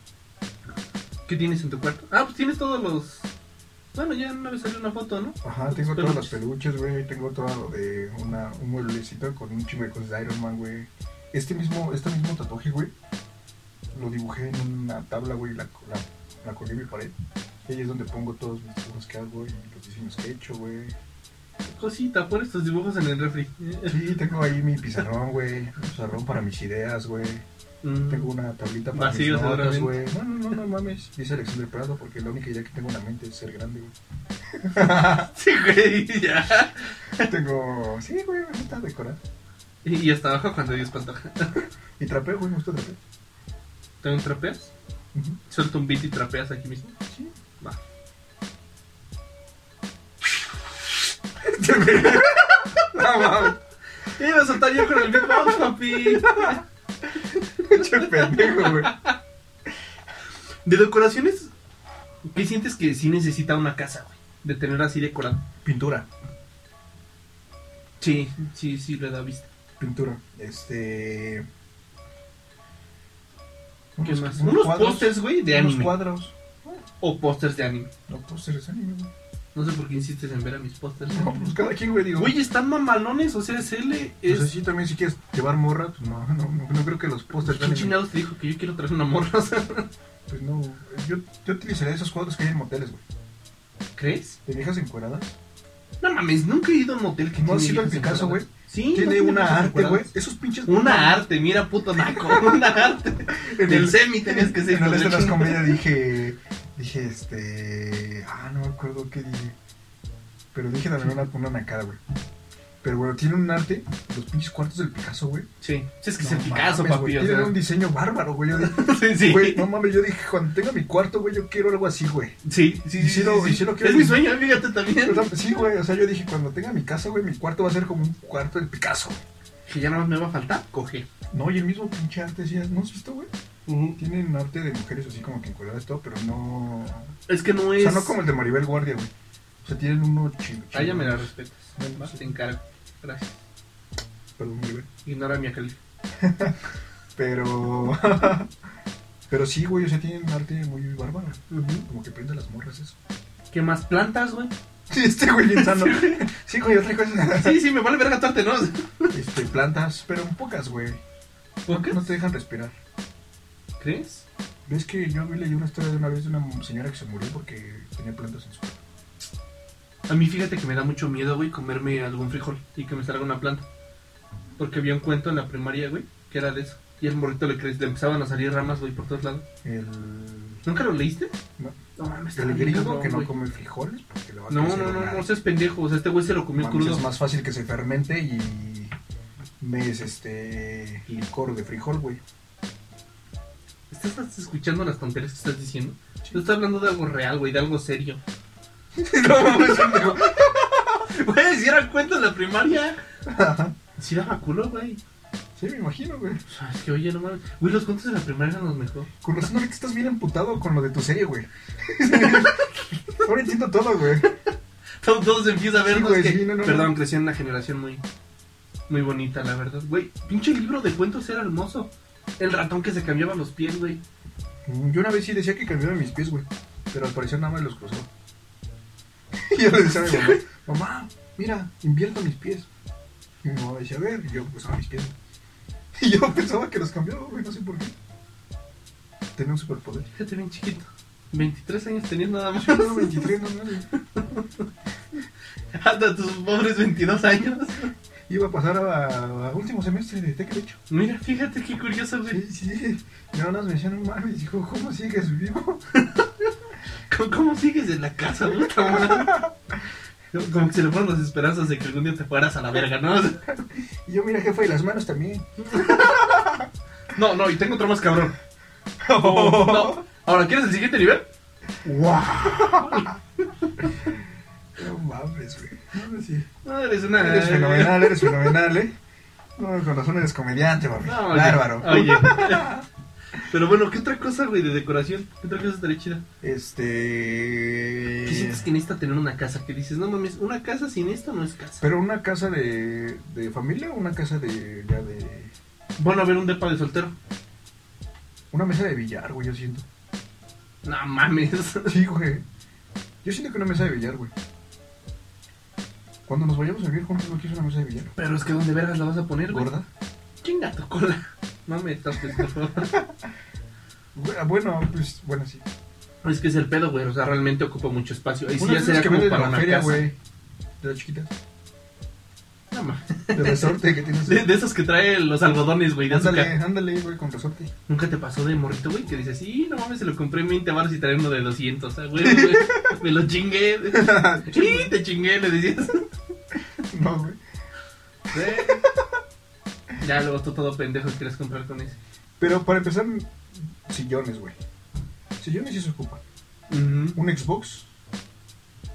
Speaker 1: ¿Qué tienes en tu cuarto? Ah, pues tienes todos los. Bueno, ya una vez salió una foto, ¿no?
Speaker 2: Ajá, tengo todas las peluches, güey. Tengo todo lo de una, un mueblecito con un chingo de cosas de Iron Man, güey. Este mismo, este mismo tatuaje, güey, lo dibujé en una tabla, güey, y la, la, la colgué en mi pared. Y ahí es donde pongo todos mis dibujos que hago y los diseños que he hecho, güey.
Speaker 1: Cosita, pon estos dibujos en el refri.
Speaker 2: Sí, tengo ahí mi pizarrón, güey. Un pizarrón para mis ideas, güey.
Speaker 1: Mm.
Speaker 2: Tengo una tablita para
Speaker 1: Vacío,
Speaker 2: mis notas,
Speaker 1: seguramente.
Speaker 2: güey. No, no, no, no mames. Dice Alexander Prado porque la única idea que tengo en la mente es ser grande, güey.
Speaker 1: Sí, güey, ya.
Speaker 2: tengo... Sí, güey, me gusta decorar.
Speaker 1: Y y hasta abajo cuando Dios pantoja.
Speaker 2: Y trapeo, güey, me gusta trapear.
Speaker 1: ¿También trapeas?
Speaker 2: Ujú.
Speaker 1: Suelta un beat y trapeas aquí mismo.
Speaker 2: Sí.
Speaker 1: Va.
Speaker 2: Este No mames,
Speaker 1: Iba a soltar yo con el beatbox, papi.
Speaker 2: pinche pendejo, güey.
Speaker 1: De decoraciones, ¿qué sientes que sí necesita una casa, güey? De tener así decorado.
Speaker 2: Pintura.
Speaker 1: Sí, sí, sí, le da vista.
Speaker 2: pintura. Este.
Speaker 1: ¿Qué más?
Speaker 2: unos
Speaker 1: Unos
Speaker 2: cuadros,
Speaker 1: pósters, güey, de
Speaker 2: unos
Speaker 1: anime.
Speaker 2: cuadros.
Speaker 1: O pósters de anime.
Speaker 2: No, pósters de anime, güey.
Speaker 1: No sé por qué insistes en ver a mis pósters.
Speaker 2: No, pues cada quien, güey, digo.
Speaker 1: Güey, están mamalones, o sea, es L.
Speaker 2: Pues
Speaker 1: Es...
Speaker 2: así también, si quieres llevar morra, pues no, no, no, no creo que los pósters de
Speaker 1: ¿Quién
Speaker 2: anime.
Speaker 1: chingados te dijo que yo quiero traer una morra? O sea,
Speaker 2: Pues no, yo, yo utilizaría esos cuadros que hay en moteles, güey.
Speaker 1: ¿Crees?
Speaker 2: De viejas encueradas.
Speaker 1: No mames, nunca he ido a un hotel que tiene
Speaker 2: ¿No has ido al
Speaker 1: viejas
Speaker 2: Picasso, güey?
Speaker 1: encueradas. Sí. no
Speaker 2: Tiene una
Speaker 1: viejas
Speaker 2: arte,
Speaker 1: encueradas.
Speaker 2: güey. Esos pinches.
Speaker 1: Una arte, mira puto naco, una arte. En el semi tenías que ser
Speaker 2: En el
Speaker 1: hijo
Speaker 2: este
Speaker 1: de
Speaker 2: las
Speaker 1: chinga.
Speaker 2: comedias dije. Dije, este. Ah, no me acuerdo qué dije. Pero dije también una, una nacada, güey. Pero, güey, tiene un arte, los pinches cuartos del Picasso, güey.
Speaker 1: Sí, sí, es que es
Speaker 2: No
Speaker 1: el Picasso,
Speaker 2: mames,
Speaker 1: papi.
Speaker 2: güey,
Speaker 1: o
Speaker 2: Tienen
Speaker 1: sea.
Speaker 2: un diseño bárbaro, güey. Yo dije,
Speaker 1: Sí, sí.
Speaker 2: güey, no mames, yo dije, cuando tenga mi cuarto, güey, yo quiero algo así, güey.
Speaker 1: Sí, sí,
Speaker 2: Y
Speaker 1: sí,
Speaker 2: si
Speaker 1: sí,
Speaker 2: lo-
Speaker 1: sí.
Speaker 2: y si lo
Speaker 1: Es
Speaker 2: quieres-
Speaker 1: mi sueño, fíjate
Speaker 2: O
Speaker 1: también.
Speaker 2: sea, Sí, güey, o sea, yo dije, cuando tenga mi casa, güey, mi cuarto va a ser como un cuarto del Picasso.
Speaker 1: Que ya nada más me va a faltar coger.
Speaker 2: No, y el mismo pinche arte, ¿sí? ¿no has visto, güey? Tienen arte de mujeres así como que encueradas y todo, pero no...
Speaker 1: Es que no
Speaker 2: O
Speaker 1: es.
Speaker 2: sea, no como el de Maribel Guardia, güey. O sea, tienen uno chido.
Speaker 1: Ah, ya me la respetas.
Speaker 2: No, sí.
Speaker 1: Te encargo. Gracias.
Speaker 2: Perdón, Maribel.
Speaker 1: Ignora mi califa.
Speaker 2: Pero... pero sí, güey, o sea, tienen arte muy bárbaro. Como que prende las morras eso.
Speaker 1: ¿Qué más plantas, güey?
Speaker 2: Sí, este güey pensando. sí, güey, otra cosa.
Speaker 1: Sí, sí, me vale ver gastarte, ¿no?
Speaker 2: Este, plantas, pero pocas, güey.
Speaker 1: ¿Por qué?
Speaker 2: No te dejan respirar.
Speaker 1: ¿Crees?
Speaker 2: ¿Ves que yo vi leí una historia de una vez de una señora que se murió porque tenía plantas en su cuerpo?
Speaker 1: A mí fíjate que me da mucho miedo, güey, comerme algún frijol y que me salga una planta. Porque había un cuento en la primaria, güey, que era de eso. Y el morrito le, cre- le empezaban a salir ramas, güey, por todos lados.
Speaker 2: El...
Speaker 1: ¿Nunca lo leíste?
Speaker 2: No.
Speaker 1: No mames,
Speaker 2: El
Speaker 1: está bien
Speaker 2: gringo
Speaker 1: cabrón,
Speaker 2: que no
Speaker 1: güey.
Speaker 2: come frijoles porque le va a
Speaker 1: No,
Speaker 2: crecer
Speaker 1: no, no,
Speaker 2: una-
Speaker 1: no seas pendejo. O sea, este güey se lo comió
Speaker 2: Mames,
Speaker 1: crudo.
Speaker 2: Es más fácil que se fermente y mes este licor de frijol, güey.
Speaker 1: ¿Estás escuchando las tonterías que estás diciendo? Yo estoy hablando de algo real, güey, de algo serio.
Speaker 2: no mames, pendejo.
Speaker 1: Güey, si eran cuentos en la primaria. Sí daba culo, güey.
Speaker 2: Sí, me imagino, güey.
Speaker 1: O sea, es que oye, no mames. Güey, los cuentos de la primaria eran los mejor.
Speaker 2: Con razón ahorita estás bien emputado con lo de tu serie, güey. Ahora entiendo todo, güey.
Speaker 1: Todos, todos empiezan a ver
Speaker 2: Sí,
Speaker 1: ¿no?
Speaker 2: güey,
Speaker 1: Es que-
Speaker 2: sí, no, no,
Speaker 1: Perdón,
Speaker 2: no.
Speaker 1: crecí en una generación muy muy bonita, la verdad. Güey, pinche libro de cuentos era hermoso. El ratón que se cambiaba los pies, güey.
Speaker 2: Yo una vez sí decía que cambiaba mis pies, güey. Pero al parecer nada más los cruzaba. Y yo le decía a mi mamá, mamá, mira, invierto mis pies. Y mi mamá decía, a ver, y yo cruzaba mis pies. güey. Y yo pensaba que los cambiaba, güey, no sé por qué. Tenía un superpoder.
Speaker 1: Fíjate bien chiquito. 23 años tenías nada más.
Speaker 2: Yo tengo 23, no, no, no.
Speaker 1: Hasta tus pobres 22 años.
Speaker 2: Iba a pasar a, a último semestre de Tec, de hecho.
Speaker 1: Mira, fíjate qué curioso, güey.
Speaker 2: Sí, sí. Y ahora nos me decían, no mames, dijo, ¿cómo sigues vivo?
Speaker 1: ¿Cómo, cómo sigues en la casa, güey? Como que se le fueron las esperanzas de que algún día te fueras a la verga, ¿no?
Speaker 2: Y yo, mira, jefa, y las manos también.
Speaker 1: No, no, y tengo otro más cabrón.
Speaker 2: Oh.
Speaker 1: No. Ahora, ¿quieres el siguiente nivel?
Speaker 2: ¡Wow! No mames, güey. No mames, sí.
Speaker 1: No, eres una...
Speaker 2: Eres fenomenal, eres fenomenal, ¿eh? No, con razón eres comediante, papi.
Speaker 1: No, oye,
Speaker 2: Bárbaro.
Speaker 1: Oye. Pero bueno, ¿qué otra cosa, güey, de decoración? ¿Qué otra cosa estaría chida?
Speaker 2: Este.
Speaker 1: Que sientes
Speaker 2: Eh.
Speaker 1: que necesita tener una casa, que dices, no mames, una casa sin esto no es casa.
Speaker 2: Pero una casa de, de familia o una casa de. ya de.
Speaker 1: Bueno, a ver un depa de soltero.
Speaker 2: Una mesa de billar, güey, yo siento.
Speaker 1: No mames.
Speaker 2: Sí, güey. Yo siento que una mesa de billar, güey. Cuando nos vayamos a vivir juntos, no quiero una mesa de billar.
Speaker 1: Pero es que ¿dónde vergas la vas a poner, güey?
Speaker 2: ¿Gorda?
Speaker 1: Chinga tu cola. No me toques, por favor.
Speaker 2: Güey, Bueno, pues, bueno, sí.
Speaker 1: Es que es el pedo, güey. O sea, realmente ocupa mucho espacio. Ahí Pues sí
Speaker 2: Unas
Speaker 1: ya
Speaker 2: de
Speaker 1: sería
Speaker 2: esas que
Speaker 1: como
Speaker 2: venden
Speaker 1: para
Speaker 2: en
Speaker 1: una
Speaker 2: la feria,
Speaker 1: casa.
Speaker 2: güey. De las chiquitas.
Speaker 1: No, mames.
Speaker 2: De resorte que tienes.
Speaker 1: de, de esos que trae los algodones, güey, de
Speaker 2: ándale,
Speaker 1: azúcar.
Speaker 2: ándale, güey, con resorte.
Speaker 1: ¿Nunca te pasó de morrito, güey? Que dices, sí, no mames, se lo compré en 20 baros y trae uno de 200. Ah, güey, güey, me lo chingué. Sí, te chingué, le decías.
Speaker 2: no, güey.
Speaker 1: Güey. Ya luego tú todo pendejo quieres comprar con ese.
Speaker 2: Pero para empezar, sillones, güey. Sillones sí se ocupan. Un Xbox.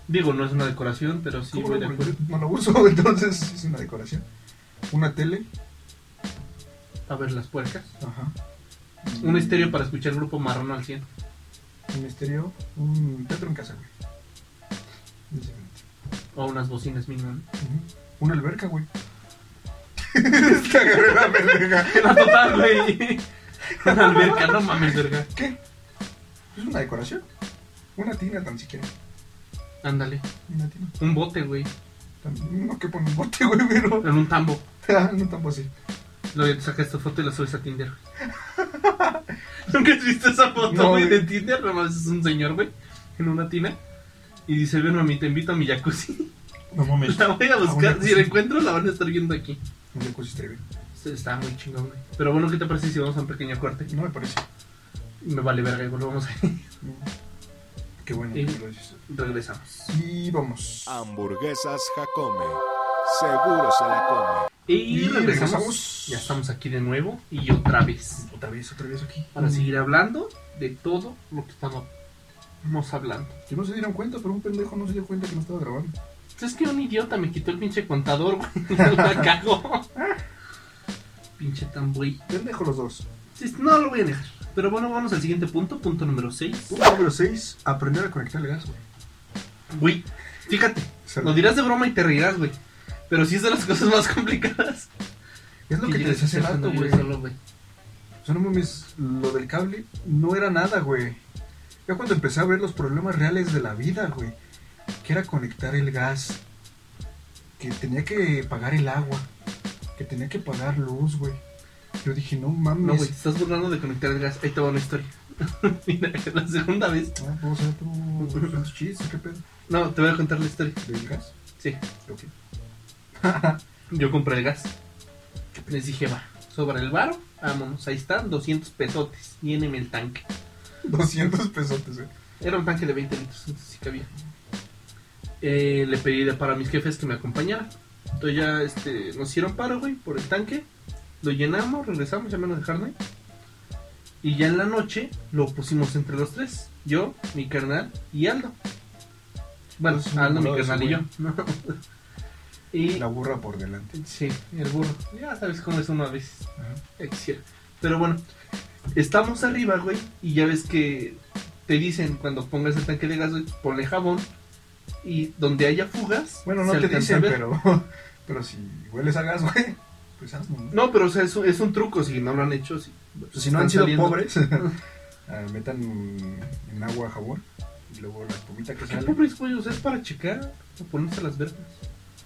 Speaker 1: Digo, no es una decoración, pero sí,
Speaker 2: ¿cómo
Speaker 1: güey, de
Speaker 2: no,
Speaker 1: acuerdo.
Speaker 2: Porque no lo uso, entonces es una decoración. Una tele.
Speaker 1: A ver las puercas.
Speaker 2: Ajá. Mm,
Speaker 1: Un estéreo para escuchar el grupo marrón al 100.
Speaker 2: Un estéreo. Un teatro en casa, güey. Básicamente.
Speaker 1: O unas bocinas mínimo. ¿no?
Speaker 2: Ujú. Una alberca, güey. Te agarré la pendeja.
Speaker 1: La total, güey. Una alberca, no mames, verga.
Speaker 2: ¿Qué? ¿Es una decoración? Una tina tan siquiera.
Speaker 1: Ándale.
Speaker 2: Una tina.
Speaker 1: Un bote, güey.
Speaker 2: Tan- No que pone un bote, güey, pero.
Speaker 1: En un tambo.
Speaker 2: Ah, no tampoco así.
Speaker 1: Luego ya te sacas tu foto y la subes a Tinder. ¿Nunca has visto esa
Speaker 2: No,
Speaker 1: foto, güey, de
Speaker 2: güey.
Speaker 1: Tinder? Nomás es un señor, güey, en una tina. Y dice, ven, mami, te invito a mi jacuzzi.
Speaker 2: No mames.
Speaker 1: La voy a
Speaker 2: un
Speaker 1: buscar. Si
Speaker 2: jacuzzi.
Speaker 1: la encuentro, la van a estar viendo aquí.
Speaker 2: Un jacuzzi está bien.
Speaker 1: Sí, Está muy chingón, güey. Pero bueno, ¿qué te parece si vamos a un pequeño corte?
Speaker 2: No me parece.
Speaker 1: Me vale verga, güey, lo vamos a
Speaker 2: Qué bueno
Speaker 1: Sí.
Speaker 2: que me lo dices.
Speaker 1: Regresamos.
Speaker 2: Y vamos.
Speaker 3: Hamburguesas Jacome. Seguro se la come.
Speaker 1: Y,
Speaker 2: Y
Speaker 1: regresamos.
Speaker 2: regresamos.
Speaker 1: Ya estamos aquí de nuevo y otra vez.
Speaker 2: Otra vez, otra vez aquí.
Speaker 1: Para seguir hablando de todo lo que estábamos hablando.
Speaker 2: Que no se dieron cuenta, pero un pendejo no se dio cuenta que no estaba grabando.
Speaker 1: Pues Es que un idiota me quitó el pinche contador, güey. La cagó. pinche tan güey.
Speaker 2: Pendejo los dos.
Speaker 1: Sí, No lo voy a dejar. Pero bueno, vamos al siguiente punto, punto número 6.
Speaker 2: Punto número 6. Aprender a conectar el gas, güey.
Speaker 1: Güey, fíjate,
Speaker 2: Se-
Speaker 1: lo dirás de broma y te reirás, güey. Pero sí es de las cosas más complicadas.
Speaker 2: Es lo que te
Speaker 1: llegas a
Speaker 2: decía hace
Speaker 1: hacer cuando
Speaker 2: rato, güey.
Speaker 1: vives solo, güey.
Speaker 2: O sea, no mames, lo del cable no era nada, güey. Ya cuando empecé a ver los problemas reales de la vida, güey. Que era conectar el gas. Que tenía que pagar el agua. Que tenía que pagar luz, güey. Yo dije, no mames.
Speaker 1: No, güey, te estás burlando de conectar el gas. Ahí te va una historia. Mira, la segunda vez.
Speaker 2: Ah, o sea, tú... son tus chistes, ¿Qué pedo?
Speaker 1: No, te voy a contar la historia.
Speaker 2: ¿Del gas?
Speaker 1: Sí,
Speaker 2: Ok.
Speaker 1: yo compré el gas. Les dije, va, sobra el varo, vámonos. Ahí están, 200 pesotes. Llénenme el tanque.
Speaker 2: 200 pesotes, güey.
Speaker 1: Era un tanque de 20 litros, entonces sí cabía. Eh, le pedí de- para mis jefes que me acompañaran. Entonces ya este, nos hicieron paro, güey, por el tanque. Lo llenamos, regresamos, ya me lo dejaron ahí. Y ya en la noche lo pusimos entre los tres. Yo, mi carnal y Aldo. Bueno,
Speaker 2: Es un
Speaker 1: Aldo, mi
Speaker 2: volado ese
Speaker 1: carnal y yo.
Speaker 2: güey.
Speaker 1: ¿no? y
Speaker 2: La burra por delante.
Speaker 1: sí, el burro. Ya sabes cómo es uno a veces.
Speaker 2: Ajá.
Speaker 1: Excel. Pero bueno, estamos arriba, güey, y ya ves que te dicen cuando pongas el tanque de gas, güey, ponle jabón y donde haya fugas.
Speaker 2: Bueno, no
Speaker 1: se
Speaker 2: te
Speaker 1: alcanza a
Speaker 2: dicen,
Speaker 1: ver.
Speaker 2: pero... Pero si hueles a gas, güey, pues hazlo, ¿no?
Speaker 1: No, pero o sea, es, un- es un truco, si no lo han hecho, sí.
Speaker 2: Pues si no han sido
Speaker 1: Están saliendo.
Speaker 2: pobres, ah, metan en agua jabón y luego la espumita que
Speaker 1: ¿Por qué
Speaker 2: sale.
Speaker 1: pobres, güey? O sea, es para checar o ponerse las vergas.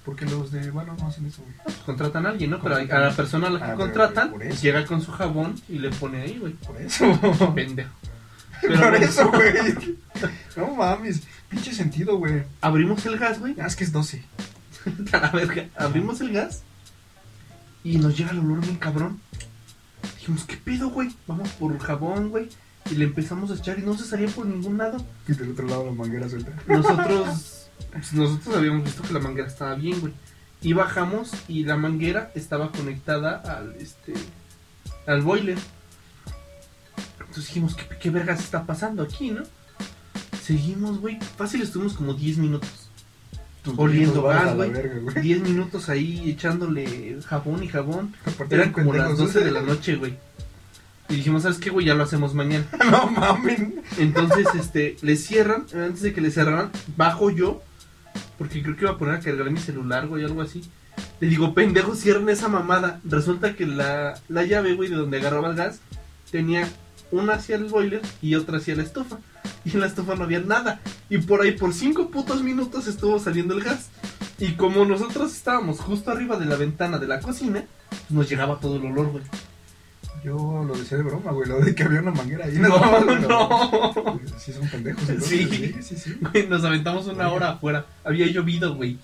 Speaker 2: Porque los de Valor no hacen eso, güey.
Speaker 1: Ah, pues contratan a alguien, ¿no? Pero a
Speaker 2: Contratan.
Speaker 1: la persona a la que
Speaker 2: Ah, pero,
Speaker 1: contratan
Speaker 2: güey, por eso.
Speaker 1: llega con su jabón y le pone ahí, güey.
Speaker 2: Por eso.
Speaker 1: Pendejo. Pero
Speaker 2: Por
Speaker 1: bueno,
Speaker 2: eso, güey. No mames. Pinche sentido, güey.
Speaker 1: abrimos el gas, güey.
Speaker 2: Ah, es que es 12.
Speaker 1: A la verga. Abrimos el gas y nos llega el olor bien cabrón. Dijimos, ¿qué pedo, güey? Vamos por jabón, güey. Y le empezamos a echar y no se salía por ningún lado.
Speaker 2: Y del otro lado la manguera suelta.
Speaker 1: Nosotros, pues, nosotros habíamos visto que la manguera estaba bien, güey. Y bajamos y la manguera estaba conectada al, este, al boiler. Entonces dijimos, ¿qué, qué vergas está pasando aquí, no? Seguimos, güey. Fácil estuvimos como 10 minutos.
Speaker 2: Tus
Speaker 1: Oliendo
Speaker 2: dedos van
Speaker 1: gas,
Speaker 2: a la
Speaker 1: güey.
Speaker 2: verga, güey.
Speaker 1: 10 minutos ahí echándole jabón y jabón.
Speaker 2: Aparte
Speaker 1: Eran
Speaker 2: eran
Speaker 1: como las
Speaker 2: pendejos,
Speaker 1: 12
Speaker 2: ¿no?
Speaker 1: de la noche, güey. Y dijimos, ¿sabes qué, güey? Ya lo hacemos mañana.
Speaker 2: No mamen.
Speaker 1: Entonces, este, le cierran. Antes de que le cerraran, bajo yo. Porque creo que iba a poner a cargar mi celular, güey, algo así. Le digo, pendejo, cierren esa mamada. Resulta que la, la llave, güey, de donde agarraba el gas, tenía una hacia el boiler y otra hacia la estufa. Y en la estufa no había nada. Y por ahí, por cinco putos minutos, estuvo saliendo el gas. Y como nosotros estábamos justo arriba de la ventana de la cocina, pues nos llegaba todo el olor, güey.
Speaker 2: Yo lo decía de broma, güey. Lo de que había una manguera ahí.
Speaker 1: no.
Speaker 2: pues Sí, son pendejos. entonces,
Speaker 1: Sí.
Speaker 2: Sí, sí, sí.
Speaker 1: Güey, nos aventamos una hora afuera. Había llovido, güey.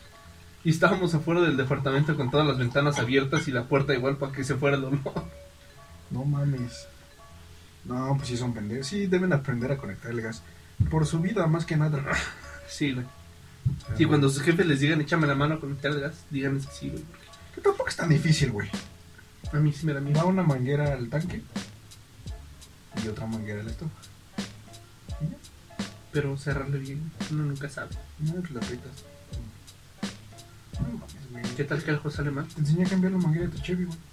Speaker 1: Y estábamos afuera del departamento con todas las ventanas abiertas y la puerta igual para que se fuera el olor.
Speaker 2: No mames. No, pues sí son pendejos. Sí, deben aprender a conectar el gas. Por su vida, más que nada.
Speaker 1: Sí, güey. Sí, cuando sus jefes les digan échame la mano a conectar el gas, díganles que sí, güey.
Speaker 2: Que tampoco es tan difícil, güey.
Speaker 1: A mí sí me da miedo.
Speaker 2: Va una manguera al tanque y otra manguera al estufa. Y ya.
Speaker 1: Pero cerrarle bien, uno nunca sabe.
Speaker 2: No, pues la aprietas. No mames, güey.
Speaker 1: ¿Qué tal que algo sale mal?
Speaker 2: Te enseñé a cambiar la manguera de tu Chevy, güey.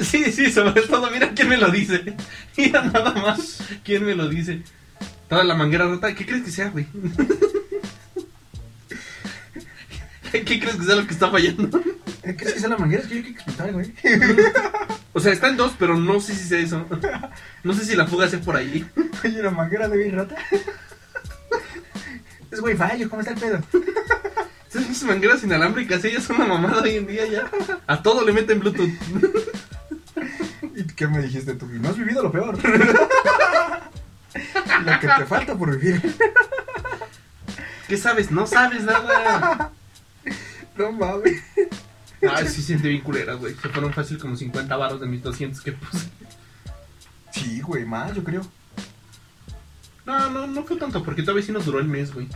Speaker 1: Sí, sí, sobre todo, mira quién me lo dice. Mira nada más quién me lo dice. Toda la manguera rota, ¿qué crees que sea, güey? ¿Qué crees que sea lo que está fallando?
Speaker 2: ¿Qué es que sea la manguera? Es que yo quiero explotar, güey.
Speaker 1: O sea, están dos, pero no sé si sea eso. No sé si la fuga sea por ahí.
Speaker 2: Oye, la manguera de bien rata. Es güey, fallo, ¿cómo está el pedo?
Speaker 1: Esas pinches mangueras inalámbricas, ellas son una mamada hoy en día ya. A todo le meten Bluetooth.
Speaker 2: ¿Y qué me dijiste tú? No has vivido lo peor. lo que te falta por vivir.
Speaker 1: ¿Qué sabes? No sabes nada.
Speaker 2: No mames.
Speaker 1: Ay, sí, siente bien culera, güey. Se fueron fácil como 50 baros de mis 200 que puse.
Speaker 2: Sí, güey, más, yo creo.
Speaker 1: No, no, no fue tanto, porque todavía sí nos duró el mes, güey.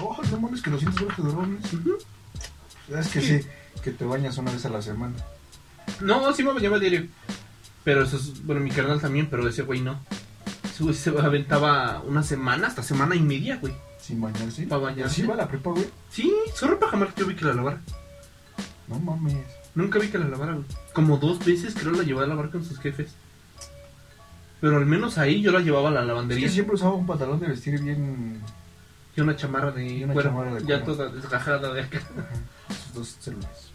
Speaker 2: Oh, no mames, que 200 dólares te duró, ¿no?
Speaker 1: Ujú.
Speaker 2: Es que sí, que te bañas una vez a la semana.
Speaker 1: No, sí me bañaba diario. Pero eso es, bueno, mi carnal también, pero ese güey no. Ese güey se aventaba una semana, hasta semana y media, güey.
Speaker 2: Sin bañarse.
Speaker 1: Pa' bañarse.
Speaker 2: Así va la prepa, güey.
Speaker 1: Sí, su ropa jamás yo vi que la lavara.
Speaker 2: No mames.
Speaker 1: Nunca vi que la lavara, güey. Como dos veces creo la llevaba a lavar con sus jefes. Pero al menos ahí yo la llevaba a la
Speaker 2: Es
Speaker 1: lavandería.
Speaker 2: que siempre usaba un pantalón de vestir bien.
Speaker 1: Y una chamarra de
Speaker 2: una
Speaker 1: cuero,
Speaker 2: chamarra de
Speaker 1: ya
Speaker 2: cuero.
Speaker 1: toda desgajada de acá.
Speaker 2: Sus dos celulares.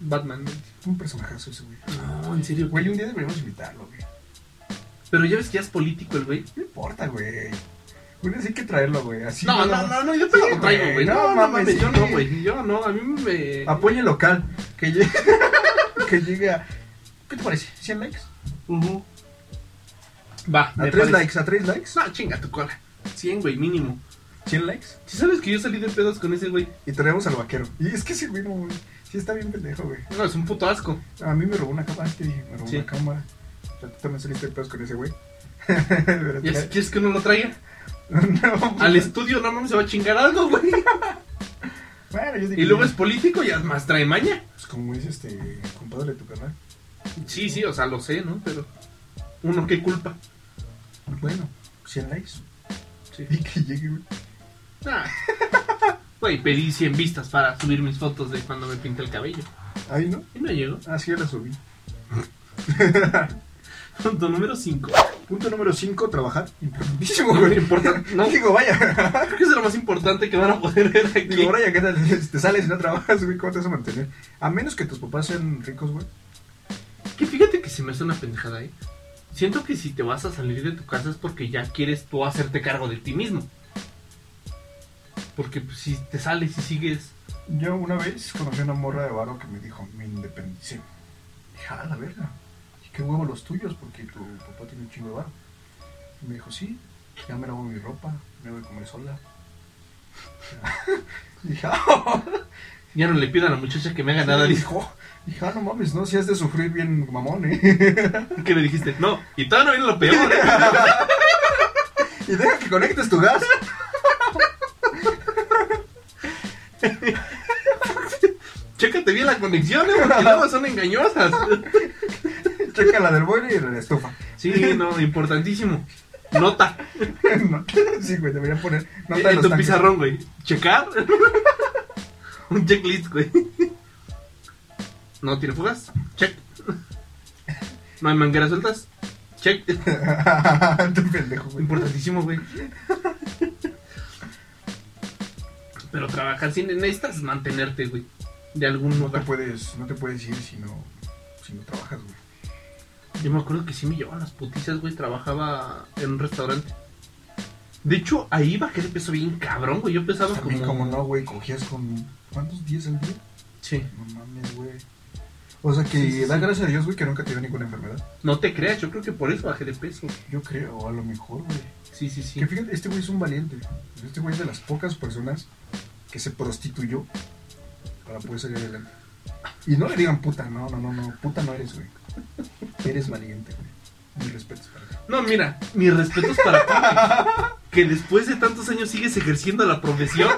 Speaker 1: Batman. güey.
Speaker 2: Un personajazo ese, güey.
Speaker 1: No, en serio,
Speaker 2: Güey,
Speaker 1: güey.
Speaker 2: un día deberíamos invitarlo, güey.
Speaker 1: Pero ya ves que ya es político el güey.
Speaker 2: No importa, güey. Uno sí hay que traerlo, güey. Así.
Speaker 1: No,
Speaker 2: nada
Speaker 1: no,
Speaker 2: más.
Speaker 1: no, no, yo te
Speaker 2: Sí,
Speaker 1: lo traigo,
Speaker 2: güey.
Speaker 1: güey.
Speaker 2: No,
Speaker 1: No, no,
Speaker 2: mames,
Speaker 1: mames, yo
Speaker 2: sí.
Speaker 1: no, güey. Yo no, a mí me.
Speaker 2: Apoye local. Que llegue. que llegue a. ¿Qué te parece? ¿100 likes?
Speaker 1: Ujú. Va,
Speaker 2: A
Speaker 1: me
Speaker 2: 3
Speaker 1: parece.
Speaker 2: likes, a 3 likes.
Speaker 1: No, chinga tu cola. 100, güey, mínimo.
Speaker 2: 100 likes.
Speaker 1: Si sabes que yo salí de pedos con ese güey.
Speaker 2: Y traemos al vaquero. Y es que ese güey, no, güey. Sí está bien pendejo, güey.
Speaker 1: No, es un puto asco.
Speaker 2: A mí me robó una cámara, te dije, me robó
Speaker 1: Sí.
Speaker 2: una cámara. O sea, tú también saliste de pedos con ese güey. Pero
Speaker 1: Ya si
Speaker 2: te-
Speaker 1: quieres que Ah, no lo traiga.
Speaker 2: no, pues,
Speaker 1: Al estudio, no mames, se va a chingar algo, güey.
Speaker 2: Bueno, yo digo.
Speaker 1: Y luego es político y más trae maña.
Speaker 2: Pues como dice este compadre de tu canal.
Speaker 1: Sí, sí, o sea, lo sé, ¿no? Pero. Uno, qué culpa.
Speaker 2: Bueno, 100 likes.
Speaker 1: Sí.
Speaker 2: Y que llegue, güey.
Speaker 1: Ah. Güey, pedí 100 vistas para subir mis fotos de cuando me pinté el cabello.
Speaker 2: Ahí, ¿no?
Speaker 1: Y no llegó.
Speaker 2: Ah, sí, ya la subí.
Speaker 1: Punto número 5.
Speaker 2: Punto número 5, trabajar. Importantísimo, güey.
Speaker 1: Importante. No,
Speaker 2: Digo, vaya.
Speaker 1: creo que es lo más importante que van a poder ver aquí.
Speaker 2: Digo, ahora ya que te te Este, sales y no trabajas, güey, ¿cómo te vas a mantener? A menos que tus papás sean ricos, güey.
Speaker 1: Que fíjate que se me hace una pendejada, ¿eh? Siento que si te vas a salir de tu casa es porque ya quieres tú hacerte cargo de ti mismo. Porque pues, si te sales y sigues...
Speaker 2: Yo una vez conocí a una morra de varo que me dijo, me independicé. Dije, "Ah, la verga. ¿Y qué huevo los tuyos? Porque tu papá tiene un chingo de varo. Y me dijo, sí, ya me lavo mi ropa, me voy a comer sola. dije, ah,
Speaker 1: Ya no le pido a la muchacha que me haga nada. Dijo,
Speaker 2: dijo. Dije, ah, no mames, no, si has de sufrir bien mamón, eh.
Speaker 1: ¿Qué le dijiste? No, y todavía no viene lo peor. ¿eh?
Speaker 2: y deja que conectes tu gas.
Speaker 1: Chécate bien las conexiones porque luego son engañosas.
Speaker 2: Checa la del boiler y la de la estufa.
Speaker 1: Sí, no, importantísimo. Nota.
Speaker 2: No, sí, güey, debería poner. nota de
Speaker 1: en
Speaker 2: los
Speaker 1: Eh, tu
Speaker 2: tanques.
Speaker 1: pizarrón, güey. Checar. Un checklist, güey. No tiene fugas. Check. No hay mangueras sueltas. Check.
Speaker 2: Tú pendejo, güey.
Speaker 1: Importantísimo, güey. Pero trabajar sin necesitas mantenerte, güey. De algún
Speaker 2: No te
Speaker 1: modo.
Speaker 2: puedes, no te puedes ir si no, si no trabajas, güey.
Speaker 1: Yo me acuerdo que sí me llevaban las putizas, güey. Trabajaba en un restaurante. De hecho, ahí bajé de peso bien cabrón, güey. Yo pesaba
Speaker 2: También,
Speaker 1: como...
Speaker 2: como no, güey, cogías con. ¿Cuántos días al día?
Speaker 1: Sí.
Speaker 2: No mames, güey. O sea que
Speaker 1: Sí, sí,
Speaker 2: da
Speaker 1: sí.
Speaker 2: gracias a Dios, güey, que nunca te dio ninguna enfermedad.
Speaker 1: No te creas, yo creo que por eso bajé de peso.
Speaker 2: Yo creo, a lo mejor, güey.
Speaker 1: Sí, sí, sí.
Speaker 2: Que fíjate, este güey es un valiente. Este güey es de las pocas personas que se prostituyó para poder salir adelante. Y no le digan puta, no, no, no, no. Puta no eres, güey. Eres valiente, güey. Mi respeto para ti.
Speaker 1: No, mira, mis respetos para ti. güey, Que después de tantos años sigues ejerciendo la profesión.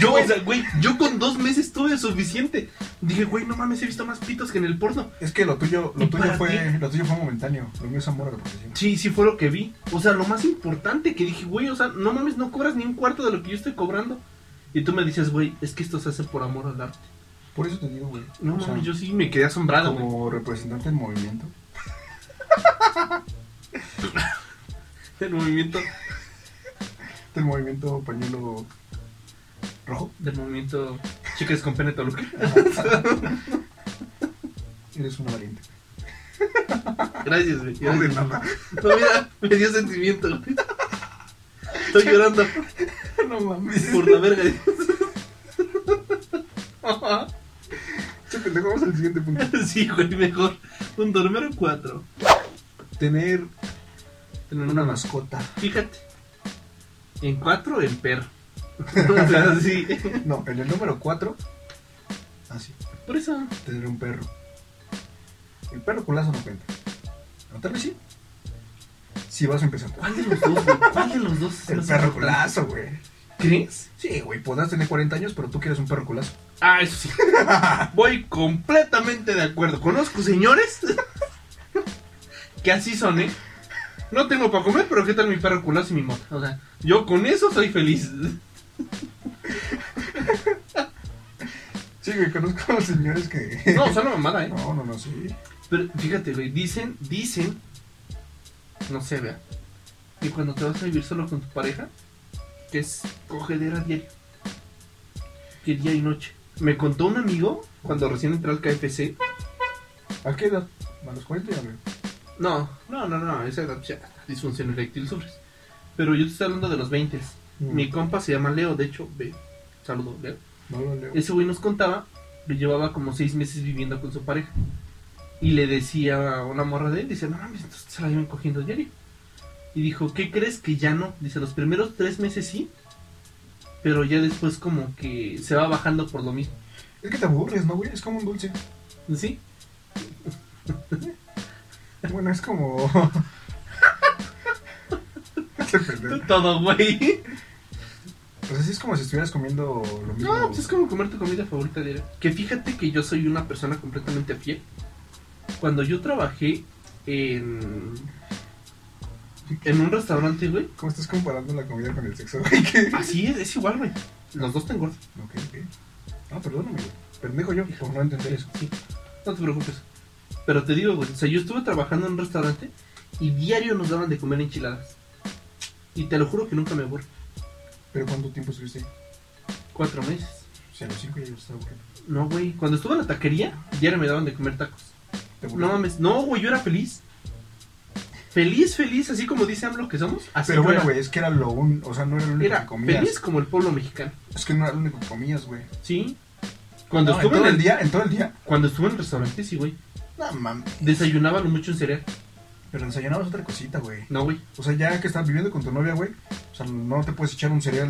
Speaker 1: Yo, o sea, güey, yo con dos meses tuve suficiente. Dije, güey, no mames, he visto más pitos que en el porno.
Speaker 2: Es que lo tuyo,
Speaker 1: ¿Y
Speaker 2: lo tuyo
Speaker 1: para
Speaker 2: fue,
Speaker 1: qué?
Speaker 2: lo tuyo fue momentáneo. Lo mío es amor a la profesión.
Speaker 1: Sí, sí fue lo que vi. O sea, lo más importante que dije, güey, o sea, no mames, no cobras ni un cuarto de lo que yo estoy cobrando. Y tú me dices, güey, es que esto se hace por amor al arte.
Speaker 2: Por eso te digo, güey.
Speaker 1: No
Speaker 2: O sea,
Speaker 1: mames, yo sí me quedé asombrado, güey.
Speaker 2: como representante del movimiento.
Speaker 1: El movimiento.
Speaker 2: Del movimiento pañuelo rojo.
Speaker 1: del movimiento Chicas con Pene Toluca.
Speaker 2: Eres una valiente.
Speaker 1: Gracias, güey.
Speaker 2: No, de
Speaker 1: Gracias.
Speaker 2: nada.
Speaker 1: No, mira, me dio sentimiento, güey. Estoy llorando
Speaker 2: No mames.
Speaker 1: por la verga.
Speaker 2: Che, pendejo, vamos al siguiente punto.
Speaker 1: Sí, güey, mejor. Un dormero 4.
Speaker 2: Tener
Speaker 1: Tener
Speaker 2: una mascota.
Speaker 1: Fíjate. En 4 el perro. O sea, sí.
Speaker 2: No, en el número 4. Así,
Speaker 1: Por eso.
Speaker 2: tener un perro. El perro culazo no cuenta. ¿No tal vez sí? Si vas empezando.
Speaker 1: ¿Cuál de los dos, güey? ¿Cuál de los dos? es
Speaker 2: El
Speaker 1: más
Speaker 2: perro
Speaker 1: importante?
Speaker 2: culazo, güey.
Speaker 1: ¿Crees?
Speaker 2: Sí, güey, podrás tener 40 años, pero tú quieres un perro culazo.
Speaker 1: Ah, eso sí. Voy completamente de acuerdo. Conozco señores que así son, ¿eh? No tengo para comer, pero ¿qué tal mi perro culazo y mi mota? O sea, yo con eso soy feliz.
Speaker 2: Sí, güey, conozco a los señores que.
Speaker 1: No, son una mamada, ¿eh?
Speaker 2: No, no, no, sí.
Speaker 1: Pero fíjate, güey, dicen, dicen, no sé, vea, que cuando te vas a vivir solo con tu pareja, que es cogedera diario. Que día y noche. Me contó un amigo cuando recién entré al KFC.
Speaker 2: ¿A qué edad? ¿A los 40 ya, güey?
Speaker 1: No, no, no, no, esa edad ya, disfunción eréctil sufres. Pero yo te estoy hablando de los 20.
Speaker 2: Mm.
Speaker 1: Mi compa se llama Leo, de hecho, ve, saludo, Leo.
Speaker 2: No lo leo.
Speaker 1: Ese güey nos contaba que llevaba como seis meses viviendo con su pareja. Y le decía a una morra de él, dice, no mames, entonces se la iban cogiendo diario. Y dijo, ¿qué crees que ya no? Dice, los primeros tres meses sí, pero ya después como que se va bajando por lo mismo.
Speaker 2: Es que te aburres, ¿no, güey? Es como un dulce.
Speaker 1: ¿Sí?
Speaker 2: Bueno, es como. Este pendejo.
Speaker 1: Todo, güey.
Speaker 2: Pues así es como si estuvieras comiendo lo mismo.
Speaker 1: No, pues es como comer tu comida favorita diaria. Que fíjate que yo soy una persona completamente fiel. Cuando yo trabajé en... En un restaurante, güey.
Speaker 2: ¿Cómo estás comparando la comida con el sexo, güey? ¿Qué?
Speaker 1: Así es, es igual, güey. Los dos te engordan.
Speaker 2: Ok, ok. No, perdóname, güey. Pendejo yo por no entender eso.
Speaker 1: Sí, no te preocupes. Pero te digo, güey, o sea, yo estuve trabajando en un restaurante y diario nos daban de comer enchiladas. Y te lo juro que nunca me aburro.
Speaker 2: Pero ¿cuánto tiempo estuviste ahí?
Speaker 1: Cuatro meses.
Speaker 2: O sea, a los 5 ya estaba aburrido.
Speaker 1: No, güey. Cuando estuve en la taquería, diario me daban de comer tacos.
Speaker 2: ¿Te aburrió?
Speaker 1: No mames. No, güey, yo era feliz. Feliz, feliz, así como dice AMLO que somos. Así
Speaker 2: Pero
Speaker 1: yo
Speaker 2: bueno,
Speaker 1: era.
Speaker 2: güey, es que era lo un... O sea, no era lo único que
Speaker 1: Era
Speaker 2: comías.
Speaker 1: feliz como el pueblo mexicano.
Speaker 2: Es que no era lo único que comías, güey.
Speaker 1: Sí. Cuando,
Speaker 2: No, en
Speaker 1: estuve
Speaker 2: todo
Speaker 1: en
Speaker 2: el día, en todo el día.
Speaker 1: cuando estuve en el restaurante, sí, güey.
Speaker 2: No mames.
Speaker 1: Desayunaba lo mucho en cereal.
Speaker 2: Pero desayunabas otra cosita, güey.
Speaker 1: No, güey.
Speaker 2: O sea, ya que estás viviendo con tu novia, güey. O sea, no te puedes echar un cereal.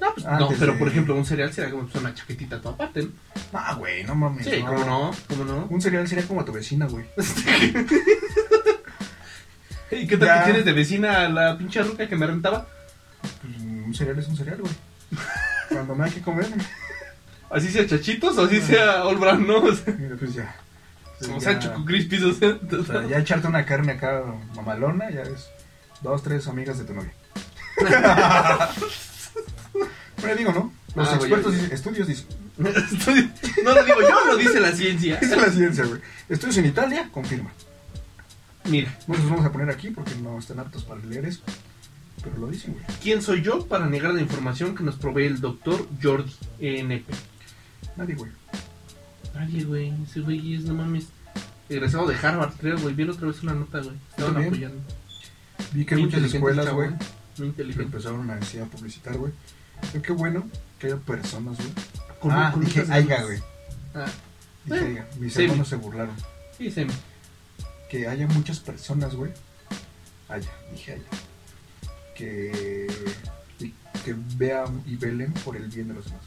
Speaker 1: No, pues, no,
Speaker 2: Antes
Speaker 1: pero
Speaker 2: de-
Speaker 1: por ejemplo, un cereal sería como pues, una chaquetita a tu aparte, ¿no?
Speaker 2: Ah, güey, no mames.
Speaker 1: Sí, cómo no, cómo no.
Speaker 2: Un cereal sería como a tu vecina, güey.
Speaker 1: ¿Y qué tal
Speaker 2: Este Ya.
Speaker 1: que tienes de vecina a la pinche ruca que me rentaba?
Speaker 2: Pues, un cereal es un cereal, güey. Cuando me hay que comer,
Speaker 1: Así sea chachitos o así
Speaker 2: Ah.
Speaker 1: sea All Brown, ¿no? O sea,
Speaker 2: mira, pues ya. Pues,
Speaker 1: o
Speaker 2: ya-
Speaker 1: sea Choco Crispies, o sea.
Speaker 2: o sea, ya echarte una carne acá mamalona, ya es dos, tres amigas de tu novia. Pero digo, ¿no? Los
Speaker 1: Ah, güey,
Speaker 2: expertos
Speaker 1: ya-
Speaker 2: dicen, estudios dicen,
Speaker 1: Estoy- no lo digo yo, lo dice la ciencia.
Speaker 2: dice la ciencia, güey. Estudios en Italia, confirma.
Speaker 1: Mira,
Speaker 2: No los vamos a poner aquí porque no están aptos para leer eso. Pero lo dicen, güey.
Speaker 1: ¿quién soy yo para negar la información que nos provee el doctor Jordi ENP?
Speaker 2: Nadie, güey.
Speaker 1: Nadie, güey, ese güey es, no mames. Egresado de Harvard, creo, güey. Vi la otra vez una nota, güey. Estaban
Speaker 2: También.
Speaker 1: apoyando.
Speaker 2: Vi que
Speaker 1: Muy inteligente
Speaker 2: muchas
Speaker 1: el
Speaker 2: escuelas,
Speaker 1: chavo, ¿eh?
Speaker 2: güey,
Speaker 1: Muy
Speaker 2: lo
Speaker 1: inteligente.
Speaker 2: empezaron a decir, a publicitar, güey. Pero qué bueno que haya personas, güey.
Speaker 1: Con-
Speaker 2: ah,
Speaker 1: con
Speaker 2: dije,
Speaker 1: esas
Speaker 2: aiga,
Speaker 1: dudas.
Speaker 2: güey.
Speaker 1: Ah,
Speaker 2: Dije,
Speaker 1: Bueno,
Speaker 2: aiga. Mis
Speaker 1: sí.
Speaker 2: hermanos se burlaron.
Speaker 1: sí, se me.
Speaker 2: Que haya muchas personas, güey. Haya, dije haya. Que, y- que vean y velen por el bien de los demás.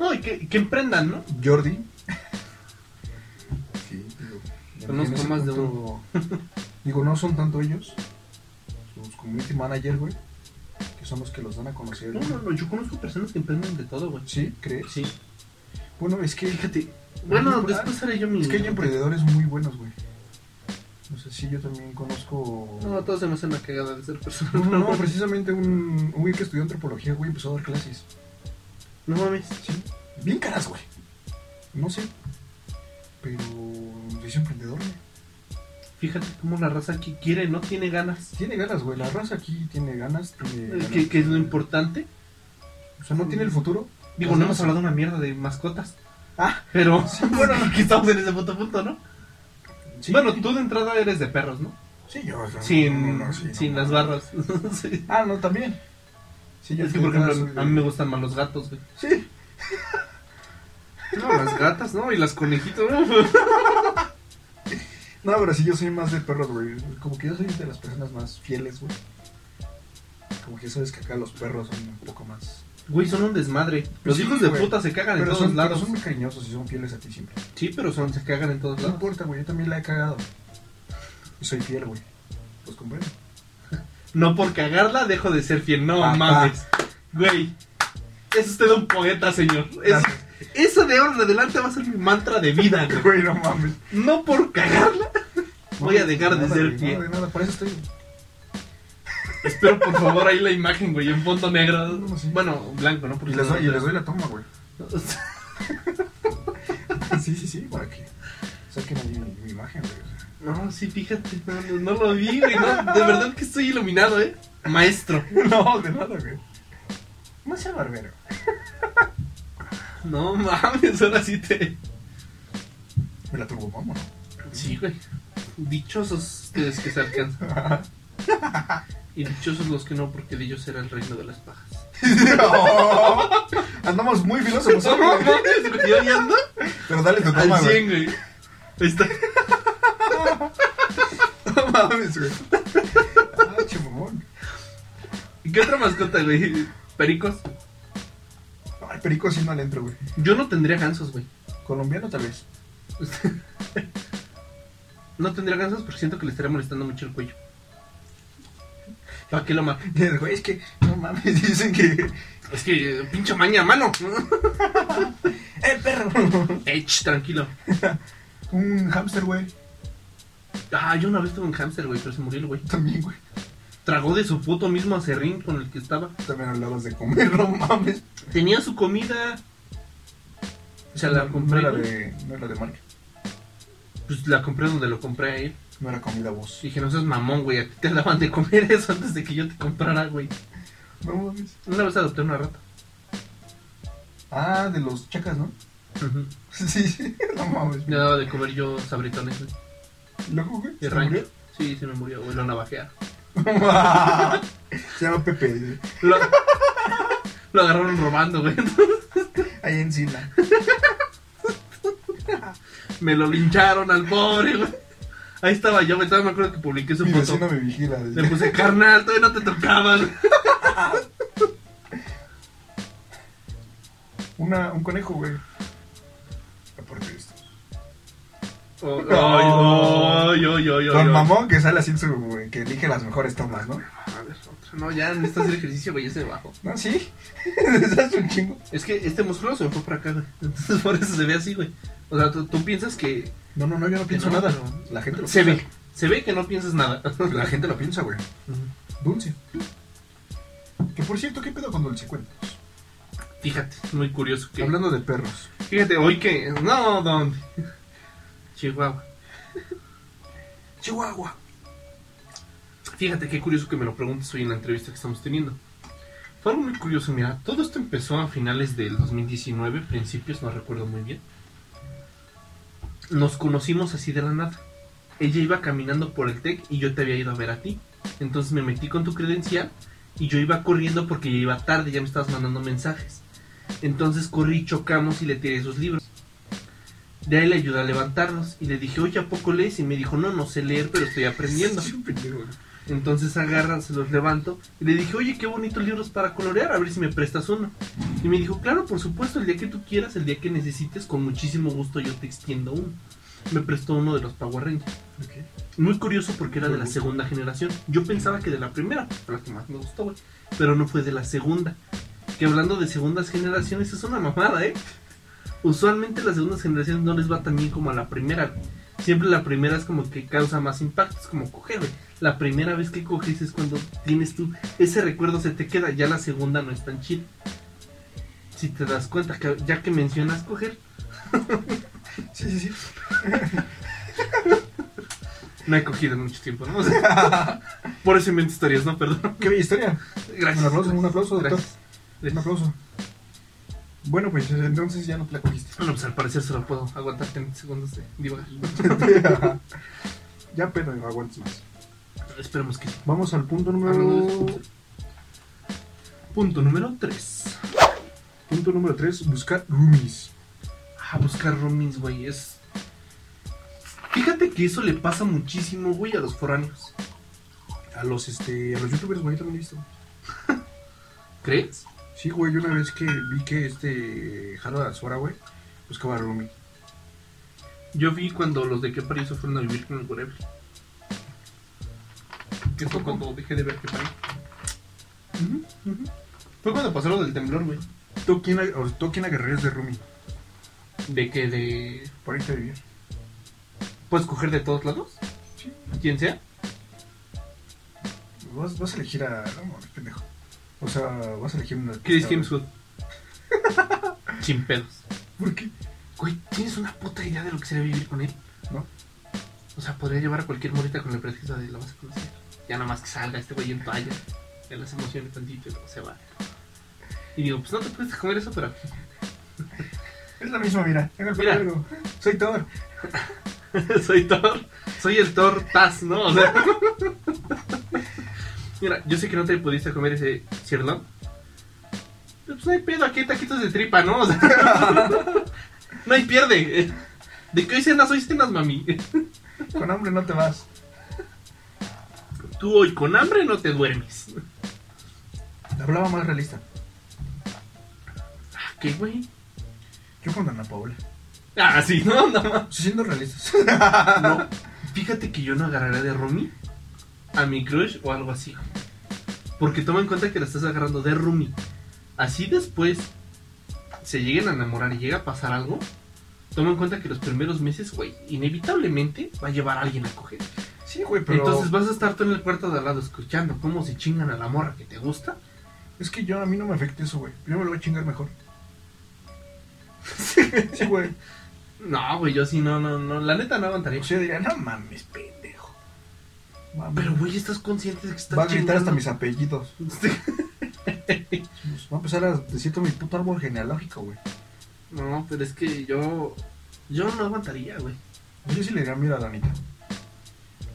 Speaker 1: No, y que, que emprendan, ¿no?
Speaker 2: Jordi. sí, digo. ya
Speaker 1: Conozco
Speaker 2: tienes
Speaker 1: más de
Speaker 2: tanto- Digo, no son tanto ellos. Sus community manager, güey. Que son los que los dan a conocer.
Speaker 1: No, no, no, yo conozco personas que emprenden de todo, güey.
Speaker 2: ¿Sí? ¿Crees?
Speaker 1: Sí.
Speaker 2: Bueno, es que
Speaker 1: Fíjate. Bueno, después haré yo mi.
Speaker 2: Es que hay emprendedores muy buenos, güey. No sé si yo también conozco.
Speaker 1: No, todos se me hacen la cagada de ser persona.
Speaker 2: No, no, precisamente un, un güey que estudió antropología, güey, empezó a dar clases.
Speaker 1: No mames.
Speaker 2: Sí. Bien caras, güey. No sé. Pero se hizo emprendedor, güey.
Speaker 1: Fíjate cómo la raza que quiere no tiene ganas. Eh,
Speaker 2: Tiene ganas, güey. La raza aquí tiene ganas. Tiene ganas.
Speaker 1: Que, que es lo importante.
Speaker 2: O sea, no tiene el futuro.
Speaker 1: Digo, Pues no hemos hablado una mierda de mascotas.
Speaker 2: Ah,
Speaker 1: Pero bueno, que estamos en ese punto punto, ¿no?
Speaker 2: sí.
Speaker 1: Bueno, tú de entrada eres de perros, ¿no?
Speaker 2: Sí, yo. o sea,
Speaker 1: Sin,
Speaker 2: no, no, sí, no,
Speaker 1: sin
Speaker 2: no.
Speaker 1: las barras. Sí.
Speaker 2: Ah, no, también. Sí,
Speaker 1: Es que, por ejemplo, a mí me gustan más los gatos, güey.
Speaker 2: Sí.
Speaker 1: No, las gatas, ¿no? Y las conejitas,
Speaker 2: No, pero sí, yo soy más de perros, güey. Como que yo soy de las personas más fieles, güey. Como que sabes que acá los perros son un poco más.
Speaker 1: Güey, son un desmadre. Los
Speaker 2: Sí,
Speaker 1: hijos de
Speaker 2: güey.
Speaker 1: puta se cagan en
Speaker 2: Pero
Speaker 1: todos
Speaker 2: son, pero
Speaker 1: lados.
Speaker 2: son muy cariñosos y son fieles a ti siempre.
Speaker 1: Sí, pero son, se cagan en todos
Speaker 2: No
Speaker 1: lados.
Speaker 2: importa, güey. Yo también la he cagado. Y soy fiel, güey. Los comprendo.
Speaker 1: No por cagarla dejo de ser fiel, no
Speaker 2: Papá.
Speaker 1: mames. Güey, es usted un poeta, señor. Es-
Speaker 2: Gracias.
Speaker 1: eso de ahora en adelante va a ser mi mantra de vida, güey.
Speaker 2: Güey, no mames.
Speaker 1: No por cagarla voy a dejar de
Speaker 2: Nada,
Speaker 1: ser
Speaker 2: güey, Nada,
Speaker 1: fiel.
Speaker 2: de nada, para eso estoy.
Speaker 1: Espero por favor ahí la imagen, güey, en fondo negro.
Speaker 2: No, sí.
Speaker 1: Bueno, blanco, ¿no?
Speaker 2: Y
Speaker 1: Porque
Speaker 2: les
Speaker 1: no-
Speaker 2: doy, y les doy la toma, güey. Sí, sí, sí, para que saquen ahí mi, mi imagen, güey. o sea.
Speaker 1: No, sí, fíjate, no, no- no lo vi, güey. no, de verdad que estoy iluminado, ¿eh? Maestro.
Speaker 2: No, de nada, güey. No sea barbero.
Speaker 1: No mames, ahora sí te...
Speaker 2: Me la tuvo, vamos.
Speaker 1: Sí, güey. Dichosos ustedes que se alcanzan. Y dichosos los que no, porque de ellos era el reino de las pajas.
Speaker 2: Andamos muy filósofos,
Speaker 1: No
Speaker 2: ¿eh, güey?
Speaker 1: mames, güey, yo ya ando
Speaker 2: Pero dale tu toma,
Speaker 1: al
Speaker 2: güey.
Speaker 1: 100, güey. Ahí está.
Speaker 2: No mames, güey. Ah, chumón.
Speaker 1: ¿Y qué otra mascota, güey? Pericos.
Speaker 2: Ay, perico sí no le entro, güey.
Speaker 1: Yo no tendría gansos, güey.
Speaker 2: Colombiano tal vez.
Speaker 1: No tendría gansos porque siento que le estaría molestando mucho el cuello. ¿Para qué lo ma
Speaker 2: Y el Güey, es que, no mames, dicen que...
Speaker 1: Es que, eh, pinche maña, mano.
Speaker 2: ¡Eh, perro!
Speaker 1: Ech, tranquilo.
Speaker 2: Un hámster, güey.
Speaker 1: Ah, yo una vez tuve un hámster, güey, pero se murió el güey.
Speaker 2: También, güey.
Speaker 1: Tragó de su puto mismo acerrín con el que estaba.
Speaker 2: También hablabas de comer, no mames.
Speaker 1: Tenía su comida. Se la
Speaker 2: No-
Speaker 1: compré.
Speaker 2: No era
Speaker 1: güey.
Speaker 2: de, no era de marca.
Speaker 1: Pues la compré donde lo compré a él.
Speaker 2: No era comida vos.
Speaker 1: Dije, no seas mamón, güey. A ti te daban de comer eso antes de que yo te comprara, güey.
Speaker 2: No mames.
Speaker 1: Una vez adopté una rata.
Speaker 2: Ah, de los chacas, ¿no? Sí, sí. No mames.
Speaker 1: Le daba de comer yo sabritones, güey.
Speaker 2: ¿Loco, güey?
Speaker 1: De
Speaker 2: ¿Se
Speaker 1: rancho.
Speaker 2: murió?
Speaker 1: Sí, se me murió, güey. Lo navajearon.
Speaker 2: Ah, Se llama Pepe. güey.
Speaker 1: Lo, lo agarraron robando, güey.
Speaker 2: Ahí en Sina.
Speaker 1: Me lo lincharon al pobre, güey. Ahí estaba yo, güey. Todavía me acuerdo que publiqué su
Speaker 2: Mi
Speaker 1: foto.
Speaker 2: vecino me vigila.
Speaker 1: Le puse, carnal, todavía no te tocaban.
Speaker 2: Una, un conejo, güey. Ah, Aparte de esto.
Speaker 1: Oh, ay, ay, ay, ay, ay,
Speaker 2: Don
Speaker 1: ay.
Speaker 2: Mamón que sale así en su. güey, que elige las mejores tomas, ¿no?
Speaker 1: A ver, otra. No, ya necesito hacer ejercicio, güey. Ya se me bajó.
Speaker 2: ¿No? Sí. es un chingo.
Speaker 1: Es que este músculo se me fue para acá, güey. Entonces por eso se ve así, güey. O sea, tú, tú piensas que.
Speaker 2: No, no, no, yo no pienso
Speaker 1: no,
Speaker 2: nada.
Speaker 1: no.
Speaker 2: La gente lo
Speaker 1: Se ve.
Speaker 2: piensa.
Speaker 1: Se ve que no piensas nada.
Speaker 2: La gente lo piensa, güey. Dulce. Que por cierto, ¿qué pedo con Dulce? Cuéntanos.
Speaker 1: Fíjate, es muy curioso. Que,
Speaker 2: Hablando de perros.
Speaker 1: Fíjate, hoy que. No, ¿dónde? Chihuahua.
Speaker 2: Chihuahua.
Speaker 1: Fíjate qué curioso que me lo preguntes hoy en la entrevista que estamos teniendo. Fue algo muy curioso, mira, todo esto empezó a finales del 2019, principios, no recuerdo muy bien. Nos conocimos así de la nada. Ella iba caminando por el TEC y yo te había ido a ver a ti. Entonces me metí con tu credencial y yo iba corriendo porque ya iba tarde, ya me estabas mandando mensajes. Entonces corrí, chocamos y le tiré esos libros. De ahí le ayudé a levantarnos y le dije, oye, ¿a poco lees? Y me dijo, no, no sé leer, pero estoy aprendiendo.
Speaker 2: Sí, un pendejo, güey.
Speaker 1: Entonces agarran, se los levanto y le dije, oye, qué bonitos libros para colorear, a ver si me prestas uno. Y me dijo, claro, por supuesto, el día que tú quieras, el día que necesites, con muchísimo gusto yo te extiendo uno. Me prestó uno de los Power Rangers.
Speaker 2: Ok.
Speaker 1: Muy curioso porque era de la segunda generación. Yo pensaba que de la primera, fue la que más me gustó, güey. Pero no fue de la segunda. Que hablando de segundas generaciones es una mamada, ¿eh? Usualmente las segundas generaciones no les va tan bien como a la primera. güey. Siempre la primera es como que causa más impacto, es como coger, güey. La primera vez que coges es cuando tienes tú ese recuerdo se te queda, ya la segunda no es tan chida. Si te das cuenta, que ya que mencionas coger,
Speaker 2: Sí, sí, sí.
Speaker 1: no he cogido en mucho tiempo, ¿no? O sea, por eso invento historias, ¿no? Perdón.
Speaker 2: Qué bella historia. Un
Speaker 1: Gracias.
Speaker 2: aplauso, un aplauso, doctor.
Speaker 1: Gracias.
Speaker 2: Un aplauso. Bueno, pues entonces ya no te la cogiste.
Speaker 1: Bueno, pues al parecer se lo puedo aguantar 30 segundos de divagar.
Speaker 2: ya apenas no aguantes más.
Speaker 1: Esperemos que.
Speaker 2: Vamos al punto número.
Speaker 1: Punto número 3.
Speaker 2: Punto número 3, buscar roomies.
Speaker 1: A buscar roomies, güey. Es. Fíjate que eso le pasa muchísimo, güey, a los foráneos.
Speaker 2: A los este. A los youtubers, güey, también he visto.
Speaker 1: ¿Crees?
Speaker 2: Sí, güey, yo una vez que vi que este Jalo de Azora, güey, buscaba roomie.
Speaker 1: Yo vi cuando los de qué paraíso fueron a vivir con el Whatever. Que fue cuando dejé de ver qué paraíso. Fue cuando pasó lo del temblor, güey.
Speaker 2: ¿Tú quién, ag- o ¿Tú quién agarrarías de roomie
Speaker 1: De que de.
Speaker 2: para irte a vivir?
Speaker 1: ¿Puedes coger de todos lados?
Speaker 2: Sí.
Speaker 1: ¿Quién sea?
Speaker 2: Vas, vas a elegir a. No, mames, pendejo. O sea, vas a elegir una.
Speaker 1: Chris Hemsworth. Sin pedos.
Speaker 2: ¿Por qué?
Speaker 1: Güey, ¿tienes una puta idea de lo que sería vivir con él?
Speaker 2: No.
Speaker 1: O sea, podría llevar a cualquier morita con la pretexto de la vas a conocer. Ya nada más que salga este güey en toalla. Se las emocione tantito y luego se va. Y digo, pues no te puedes comer eso, pero
Speaker 2: Es la misma, mira. Tengo el
Speaker 1: Mira.
Speaker 2: pelo. Soy Thor.
Speaker 1: soy Thor. Soy el Thor Taz, ¿no? O sea. Mira, yo sé que no te pudiste comer ese cierno. Pero pues no hay pedo, aquí hay taquitos de tripa, ¿no? O sea, no hay pierde. De que hoy cenas, hoy cenas, mami.
Speaker 2: Con hambre no te vas.
Speaker 1: Tú hoy con hambre no te duermes.
Speaker 2: Hablaba más realista.
Speaker 1: Ah, ¿Qué, güey?
Speaker 2: Yo con Ana Paula.
Speaker 1: Ah, sí, no, no, no.
Speaker 2: Sí, siendo realistas.
Speaker 1: No, fíjate que yo no agarraría de Rumi a mi crush o algo así. Porque toma en cuenta que la estás agarrando de Rumi. Así después se lleguen a enamorar y llega a pasar algo. Toma en cuenta que los primeros meses, güey, inevitablemente va a llevar a alguien a coger.
Speaker 2: Sí, güey, pero.
Speaker 1: Entonces vas a estar tú en el cuarto de al lado escuchando cómo se chingan a la morra que te gusta.
Speaker 2: Es que yo a mí no me afecta eso, güey. Yo me lo voy a chingar mejor. Sí, güey.
Speaker 1: No, güey, yo sí, no, no, no. La neta no aguantaría.
Speaker 2: O sea, diría, no mames, pendejo. Mames.
Speaker 1: Pero, güey, estás consciente de que estás
Speaker 2: Va a gritar hasta mis
Speaker 1: chingando.
Speaker 2: apellidos. Pues, Va a empezar a decir todo mi puto árbol genealógico, güey.
Speaker 1: No, pero es que yo. Yo no aguantaría, güey.
Speaker 2: Yo sí le diría, mira, Danita.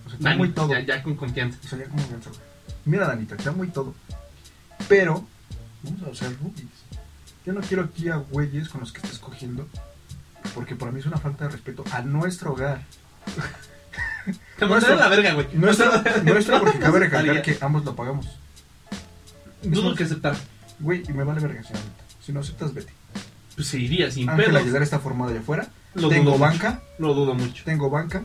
Speaker 2: O sea, te
Speaker 1: Dani,
Speaker 2: amo y todo.
Speaker 1: Ya, ya con confianza.
Speaker 2: O sea, ya como ganso, güey. Mira, Danita, te amo y todo. Pero, vamos a usar rookies. Yo no quiero aquí a güeyes con los que estés cogiendo. Porque para mí es una falta de respeto a nuestro hogar.
Speaker 1: Te
Speaker 2: Nuestro-
Speaker 1: mandaré a la verga, güey.
Speaker 2: Nuestro, nuestro porque cabe recalcar
Speaker 1: Estaría.
Speaker 2: que ambos lo pagamos.
Speaker 1: Dudo que aceptar.
Speaker 2: Güey, y me vale verga si no aceptas. Si no aceptas, vete.
Speaker 1: Pues se iría sin
Speaker 2: Ángel
Speaker 1: pedos.
Speaker 2: Aguilar está formado allá afuera.
Speaker 1: Lo
Speaker 2: tengo
Speaker 1: dudo
Speaker 2: banca,
Speaker 1: mucho. Lo dudo mucho.
Speaker 2: tengo banca.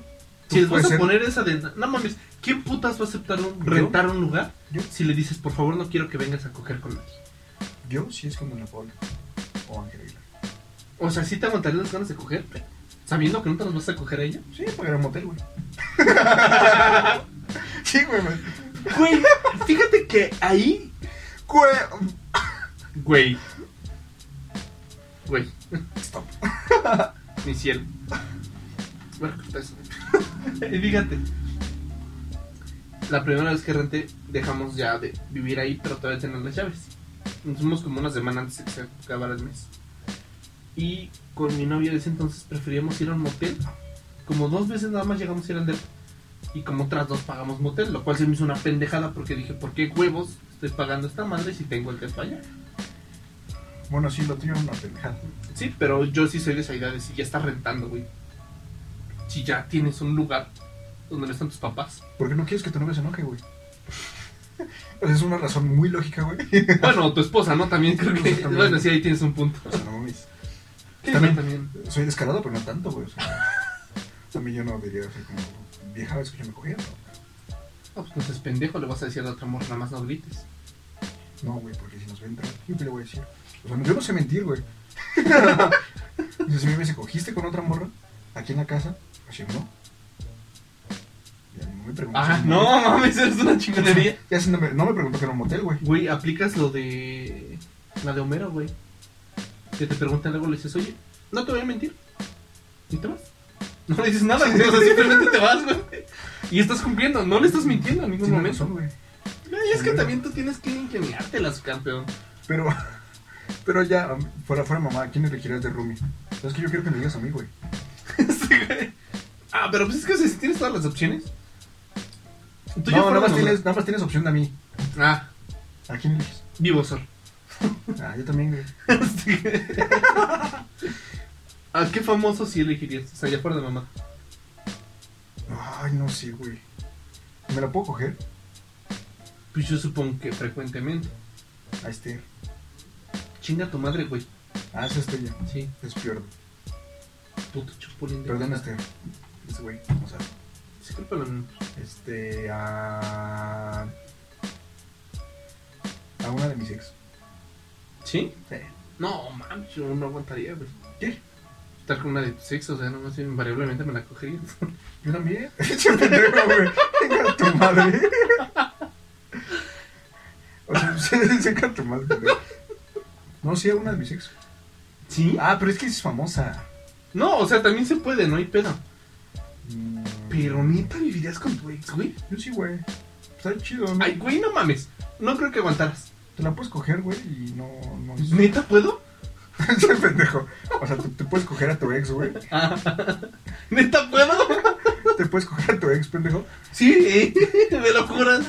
Speaker 2: Tú
Speaker 1: Si les
Speaker 2: puedes
Speaker 1: vas a
Speaker 2: ser-
Speaker 1: poner esa de. No mames, ¿quién putas va a aceptar un,
Speaker 2: ¿Yo?
Speaker 1: rentar un lugar
Speaker 2: Yo,
Speaker 1: si le dices, por favor, no quiero que vengas a coger con nadie?
Speaker 2: yo sí es como una Paula. O Ángel Aguilar.
Speaker 1: O sea, ¿sí te aguantarías las ganas de coger? Sabiendo que no te las vas a coger a ella.
Speaker 2: Sí, pagar un motel, güey. sí, güey, güey.
Speaker 1: Güey, fíjate que ahí.
Speaker 2: Güey.
Speaker 1: Güey. Güey,
Speaker 2: Stop.
Speaker 1: mi cielo. Bueno, pues, y fíjate. La primera vez que renté, dejamos ya de vivir ahí, pero todavía tenían las llaves. Nos fuimos como una semana antes de que se acabara el mes. Y con mi novia de ese entonces preferíamos ir a un motel. Como dos veces nada más llegamos a ir al depa. Y como otras dos pagamos motel, lo cual se me hizo una pendejada porque dije, ¿por qué huevos estoy pagando esta madre si tengo el depa allá?
Speaker 2: Bueno, sí, lo tuyo es una pendejada.
Speaker 1: Sí, pero yo sí soy de esa idea de si ya estás rentando, güey. Si ya tienes un lugar donde no están tus papás.
Speaker 2: Porque no quieres que tu novio se enoje, güey. O sea, es una razón muy lógica, güey.
Speaker 1: Bueno, tu esposa, ¿no? También creo que.
Speaker 2: También.
Speaker 1: Bueno, sí, ahí tienes un punto.
Speaker 2: O sea, no mames.
Speaker 1: Sí,
Speaker 2: También.
Speaker 1: también.
Speaker 2: Soy descarado, pero no tanto, güey. O sea, también yo no diría así como, vieja, es que yo me cogía.
Speaker 1: No, pues no seas pendejo, le vas a decir a la otra morra, nada más no grites.
Speaker 2: No, güey, porque si nos ven entrar, ¿qué le voy a decir? O sea, yo no sé mentir, güey. Dice, si me dice, ¿cogiste con otra morra? Aquí en la casa. Así, no. Ya no me preguntó.
Speaker 1: Ah, no, mames, eres una chingonería.
Speaker 2: Ya si no me, no me preguntó que era un motel, güey.
Speaker 1: Güey, aplicas lo de. La de Homero, güey. Que te preguntan algo, le dices, oye, no te voy a mentir. ¿Y te vas? No le dices nada, güey. O sea, simplemente te vas, güey. Y estás cumpliendo, no le estás mintiendo en ningún
Speaker 2: Tiene
Speaker 1: momento.
Speaker 2: razón, güey.
Speaker 1: Ay, es que también tú tienes que ingeniártelas, campeón.
Speaker 2: Pero Pero ya, um, fuera, fuera mamá, ¿a quién elegirías de Rumi? Es que yo quiero que me digas a mí, güey.
Speaker 1: Sí, Este güey. ah, pero pues es que o sea, si tienes todas las opciones. Tú y yo
Speaker 2: No, nada
Speaker 1: fuéramos-
Speaker 2: más, tienes, nada más tienes opción de a mí.
Speaker 1: Ah,
Speaker 2: ¿A quién eliges?
Speaker 1: vivo sol.
Speaker 2: Ah, yo también, güey.
Speaker 1: Sí, güey. ¿A Ah, qué famoso sí elegirías? O sea, ya fuera de mamá.
Speaker 2: Ay, no sé, güey. ¿Me la puedo coger?
Speaker 1: Pues yo supongo que frecuentemente.
Speaker 2: A Esther.
Speaker 1: Chinga tu madre, güey.
Speaker 2: Ah, esa es Estella.
Speaker 1: Sí,
Speaker 2: Es peor.
Speaker 1: puto chapulín de
Speaker 2: Perdón,
Speaker 1: mierda.
Speaker 2: Esther. Es güey. O sea,
Speaker 1: Sí, cúlpalo, no.
Speaker 2: este. A. A una de mis ex.
Speaker 1: ¿Sí?
Speaker 2: Sí.
Speaker 1: No, mames, yo no aguantaría, güey.
Speaker 2: ¿Qué?
Speaker 1: Estar con una de tus ex, o sea, nomás invariablemente me la cogería.
Speaker 2: Yo también. Pinche pendejo, güey. Venga tu madre. O sea, venga tu madre, pendejo. No, sí, a una de mis ex.
Speaker 1: ¿Sí?
Speaker 2: Ah, pero es que es famosa.
Speaker 1: No, o sea, también se puede, no hay pedo.
Speaker 2: Mm,
Speaker 1: Pero neta vivirías con tu ex, güey.
Speaker 2: Yo sí, güey. Está chido, ¿no?
Speaker 1: Ay, güey, no mames. No creo que aguantaras.
Speaker 2: Te la puedes coger, güey, y no. no
Speaker 1: ¿Neta puedo?
Speaker 2: Ese pendejo. O sea, te, te puedes coger a tu ex, güey.
Speaker 1: ¿Neta puedo?
Speaker 2: Te puedes coger a tu ex, pendejo.
Speaker 1: Sí, me lo juras.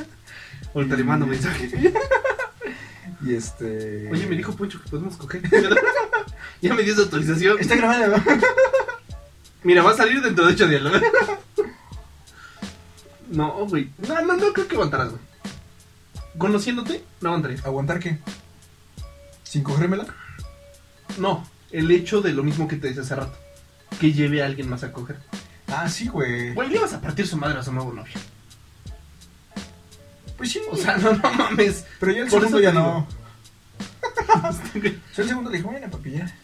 Speaker 1: Ahorita le mando
Speaker 2: Y-
Speaker 1: mensaje.
Speaker 2: Y este.
Speaker 1: Oye, me dijo Poncho que podemos coger. ya me dio su autorización.
Speaker 2: Está grabado.
Speaker 1: Mira, va a salir dentro de 8 días. ¿no? No, güey. No, no, no creo que aguantarás, güey. Conociéndote, no aguantaría.
Speaker 2: ¿Aguantar qué? ¿Sin cogérmela?
Speaker 1: No, el hecho de lo mismo que te dije hace rato. Que lleve a alguien más a coger.
Speaker 2: Ah, sí, güey.
Speaker 1: Güey, le vas a partir su madre a su nuevo novio.
Speaker 2: Pues sí.
Speaker 1: O sea, no, no mames.
Speaker 2: pero ya el
Speaker 1: por
Speaker 2: segundo
Speaker 1: eso
Speaker 2: ya
Speaker 1: te
Speaker 2: no. Yo el segundo le dije, bueno, papi, ya.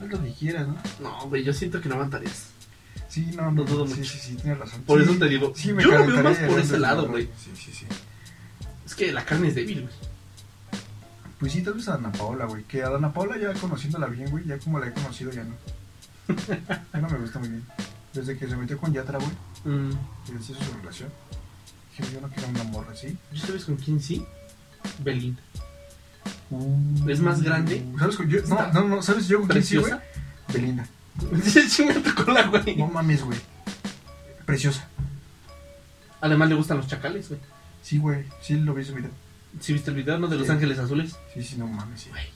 Speaker 2: Haz lo que quieras, ¿no?
Speaker 1: No, güey, yo siento que no aguantarías.
Speaker 2: Sí, no,
Speaker 1: Lo
Speaker 2: no.
Speaker 1: dudo
Speaker 2: sí,
Speaker 1: mucho.
Speaker 2: sí, sí, tienes razón.
Speaker 1: Por
Speaker 2: Sí,
Speaker 1: eso te digo,
Speaker 2: Sí, me
Speaker 1: yo lo veo
Speaker 2: calentaría
Speaker 1: más por
Speaker 2: llegando
Speaker 1: ese
Speaker 2: el
Speaker 1: lado,
Speaker 2: desmadre.
Speaker 1: güey.
Speaker 2: Sí, sí, sí.
Speaker 1: Es que la carne es débil, güey.
Speaker 2: Pues sí, tal vez a Ana Paola, güey. Que a Ana Paola ya conociéndola bien, güey, ya como la he conocido, ya no. Ya no me gusta muy bien. Desde que se metió con Yatra, güey,
Speaker 1: Mm,
Speaker 2: y deshizo su relación, dije, yo no quiero una morra así.
Speaker 1: ¿Yo sabes con quién sí? Belinda. ¿Es más grande?
Speaker 2: ¿Sabes con yo? No,
Speaker 1: Está
Speaker 2: no, no, ¿sabes yo con quién sí, güey?
Speaker 1: Preciosa.
Speaker 2: Belinda.
Speaker 1: Se chinga tu cola, güey.
Speaker 2: No mames, güey. Preciosa.
Speaker 1: Además le gustan los chacales, güey.
Speaker 2: Sí, güey. Sí, lo vi en su video.
Speaker 1: ¿Sí viste el video, no? De Los
Speaker 2: Sí.
Speaker 1: Ángeles Azules.
Speaker 2: Sí, sí, no mames, sí.
Speaker 1: Güey.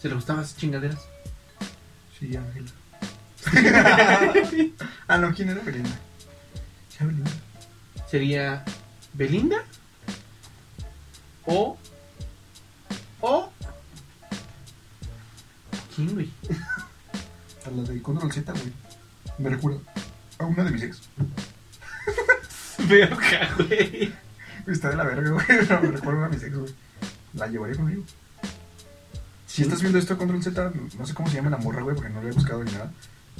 Speaker 1: Se le gustaban esas chingaderas.
Speaker 2: Sí, Ángela. ah, no, ¿quién era Belinda? Ya, Belinda.
Speaker 1: Sería Belinda o o ¿Quién, güey?
Speaker 2: A la de Control Z, güey. Me recuerda a una de mis ex.
Speaker 1: Veo que, güey.
Speaker 2: Está de la verga, güey. No, me recuerdo a mis ex, güey. La llevaría conmigo. Si estás viendo esto Control Z, no sé cómo se llama la morra, güey, porque no la he buscado ni nada.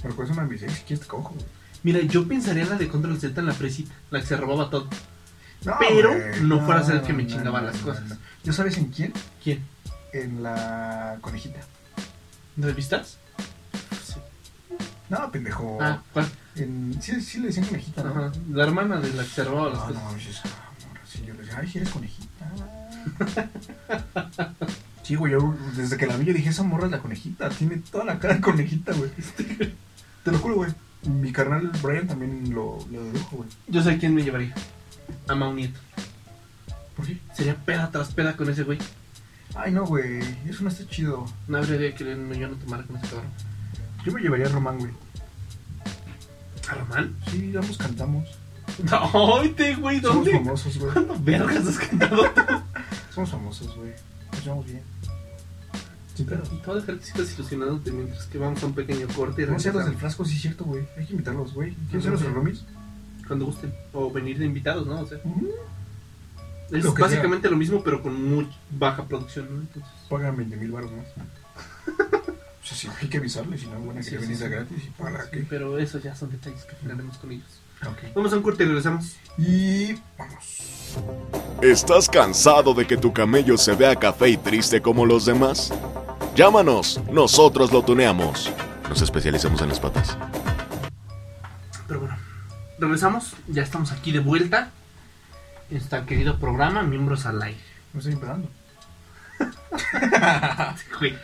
Speaker 2: Me recuerda a una de mis ex. Si quieres, te cojo, güey.
Speaker 1: Mira, yo pensaría en la de Control Z en la presita, la que se robaba todo.
Speaker 2: No,
Speaker 1: Pero
Speaker 2: güey.
Speaker 1: no fuera a ser el que me chingaba las cosas.
Speaker 2: ¿Yo sabes en quién?
Speaker 1: ¿Quién?
Speaker 2: En la conejita.
Speaker 1: ¿No revistas? Sí.
Speaker 2: No, pendejo.
Speaker 1: Ah, ¿cuál?
Speaker 2: En- Sí, sí le decían conejita, ¿no?
Speaker 1: Ajá, La hermana de la que se robaba las
Speaker 2: Ah, No,
Speaker 1: cosas.
Speaker 2: no, yo, esa morra, sí, yo le decía, ay, si eres conejita. Sí, güey, yo desde que la vi yo dije, esa morra es la conejita, tiene toda la cara de conejita, güey. Te lo juro, güey. Mi carnal Brian también lo, lo dedujo, güey.
Speaker 1: Yo sé quién me llevaría. A Mau Nieto.
Speaker 2: ¿Por qué?
Speaker 1: Sería peda tras peda con ese güey.
Speaker 2: Ay, no, güey, eso no está chido.
Speaker 1: No habría día que no- yo no tomara con ese cabrón.
Speaker 2: Yo me llevaría a Román, güey.
Speaker 1: ¿A Román?
Speaker 2: Sí, ambos cantamos.
Speaker 1: No, oíte, güey,
Speaker 2: Somos
Speaker 1: ¿dónde?
Speaker 2: famosos, güey.
Speaker 1: ¿Cuándo vergas has cantado?
Speaker 2: Somos famosos, güey. Nos llevamos bien. Sin
Speaker 1: Pero
Speaker 2: pedos.
Speaker 1: te voy a dejar que sigas ilusionándote mientras que vamos a un pequeño corte y
Speaker 2: No sé, los del
Speaker 1: regresamos.
Speaker 2: frasco, sí es cierto, güey. Hay que invitarlos, güey. ¿Quieren ser los roomies?
Speaker 1: Cuando gusten. O venir de invitados, ¿no? O sea,
Speaker 2: Mm-hmm.
Speaker 1: es
Speaker 2: Lo que
Speaker 1: básicamente lo mismo, pero con muy baja producción, ¿no? Entonces,
Speaker 2: Pagan 20 mil baros más. O sea, sí, hay que avisarles, si no, bueno, que
Speaker 1: Sí,
Speaker 2: ya
Speaker 1: sí,
Speaker 2: venís
Speaker 1: sí.
Speaker 2: a gratis y para
Speaker 1: sí,
Speaker 2: qué.
Speaker 1: pero eso ya son detalles que finalemos con ellos.
Speaker 2: Ok.
Speaker 1: Vamos a un corte y regresamos.
Speaker 2: Y vamos.
Speaker 3: ¿Estás cansado de que tu camello se vea café y triste como los demás? Llámanos, nosotros lo tuneamos. Nos especializamos en las patas.
Speaker 1: Pero bueno, regresamos. Ya estamos aquí de vuelta. En este querido programa, Miembros al Aire.
Speaker 2: No estoy esperando.
Speaker 1: Güey.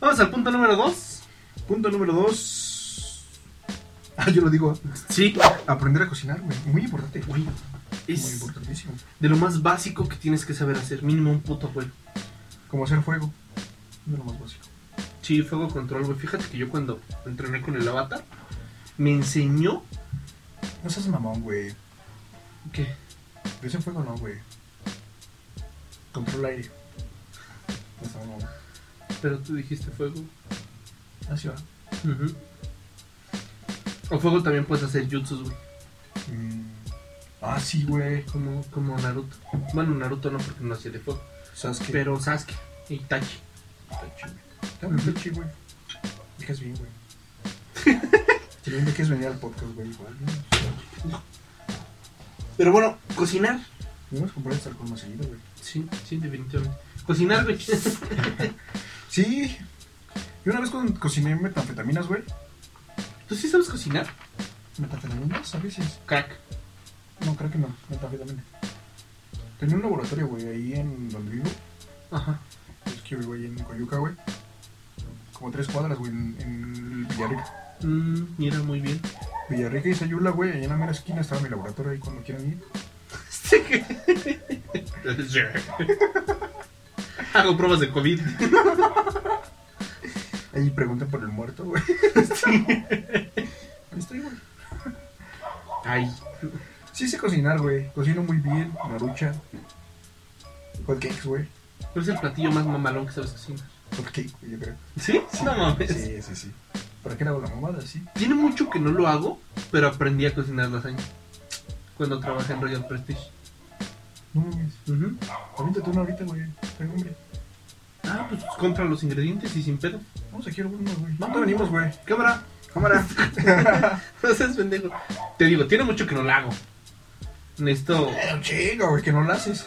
Speaker 1: Vamos al punto número 2.
Speaker 2: Punto número dos. Ah, yo lo digo.
Speaker 1: Sí.
Speaker 2: Aprender a cocinar, güey. Muy importante.
Speaker 1: Güey,
Speaker 2: Muy
Speaker 1: es
Speaker 2: importantísimo.
Speaker 1: de lo más básico que tienes que saber hacer. Mínimo un puto juego.
Speaker 2: Como hacer fuego. De lo más básico.
Speaker 1: Sí, fuego control, güey. Fíjate que yo cuando entrené con el avatar, me enseñó
Speaker 2: No seas mamón, güey.
Speaker 1: que
Speaker 2: Yo hice fuego no, güey. Control aire. No seas mamón.
Speaker 1: Pero tú dijiste fuego.
Speaker 2: Así Ah, va.
Speaker 1: Ujú. O fuego también puedes hacer jutsus, güey.
Speaker 2: Mm. Ah, sí, güey.
Speaker 1: Como, como Naruto. Bueno, Naruto no, porque no hacía de fuego.
Speaker 2: Sasuke.
Speaker 1: Pero Sasuke e Itachi.
Speaker 2: Está chido. También está chido, güey. Dejas bien, güey. Si bien dejes venir al podcast, güey, igual. ¿no?
Speaker 1: Pero bueno, cocinar.
Speaker 2: Debemos comprar este alcohol más seguido, güey.
Speaker 1: Sí, sí, definitivamente. Cocinar, güey. ¿Tú
Speaker 2: Sí. Yo una vez cuando cociné metanfetaminas, güey.
Speaker 1: sí sabes cocinar?
Speaker 2: ¿Metanfetaminas? A veces.
Speaker 1: Crack.
Speaker 2: No, creo que no. Metanfetaminas. Tenía un laboratorio, güey, ahí en donde vivo.
Speaker 1: Ajá.
Speaker 2: Es que yo vivo ahí en Coyuca, güey. Como tres cuadras, güey, en, en Villarrica.
Speaker 1: Mm, mira, muy bien.
Speaker 2: Villarrica y Sayula, güey. Ahí en la mera esquina estaba mi laboratorio ahí cuando quieran ir.
Speaker 1: Hago pruebas de COVID.
Speaker 2: Ahí preguntan por el muerto, güey. Ahí estoy, güey.
Speaker 1: Ay,
Speaker 2: Sí sé cocinar, güey. Cocino muy bien, marucha. Hot cakes, güey.
Speaker 1: ¿cuál es el platillo más mamalón que sabes cocinar?
Speaker 2: Hot cake, güey, yo creo.
Speaker 1: ¿Sí? No mames.
Speaker 2: Sí, sí, sí. ¿Para qué le hago la mamada? Sí.
Speaker 1: Tiene mucho que no lo hago, pero aprendí a cocinar lasaña. Cuando trabajé en Royal Prestige.
Speaker 2: No mames.
Speaker 1: Ujú.
Speaker 2: Aviéntate una ahorita, güey. Tengo hombre.
Speaker 1: Ah, pues compra los ingredientes y sin pedo.
Speaker 2: Vamos a quiero uno, güey.
Speaker 1: Vamos.
Speaker 2: Vamos, venimos, güey.
Speaker 1: Cámara.
Speaker 2: Cámara.
Speaker 1: No seas pendejo. Te digo, tiene mucho que no lo hago. Necesito.
Speaker 2: Pero chinga, güey, que no la haces.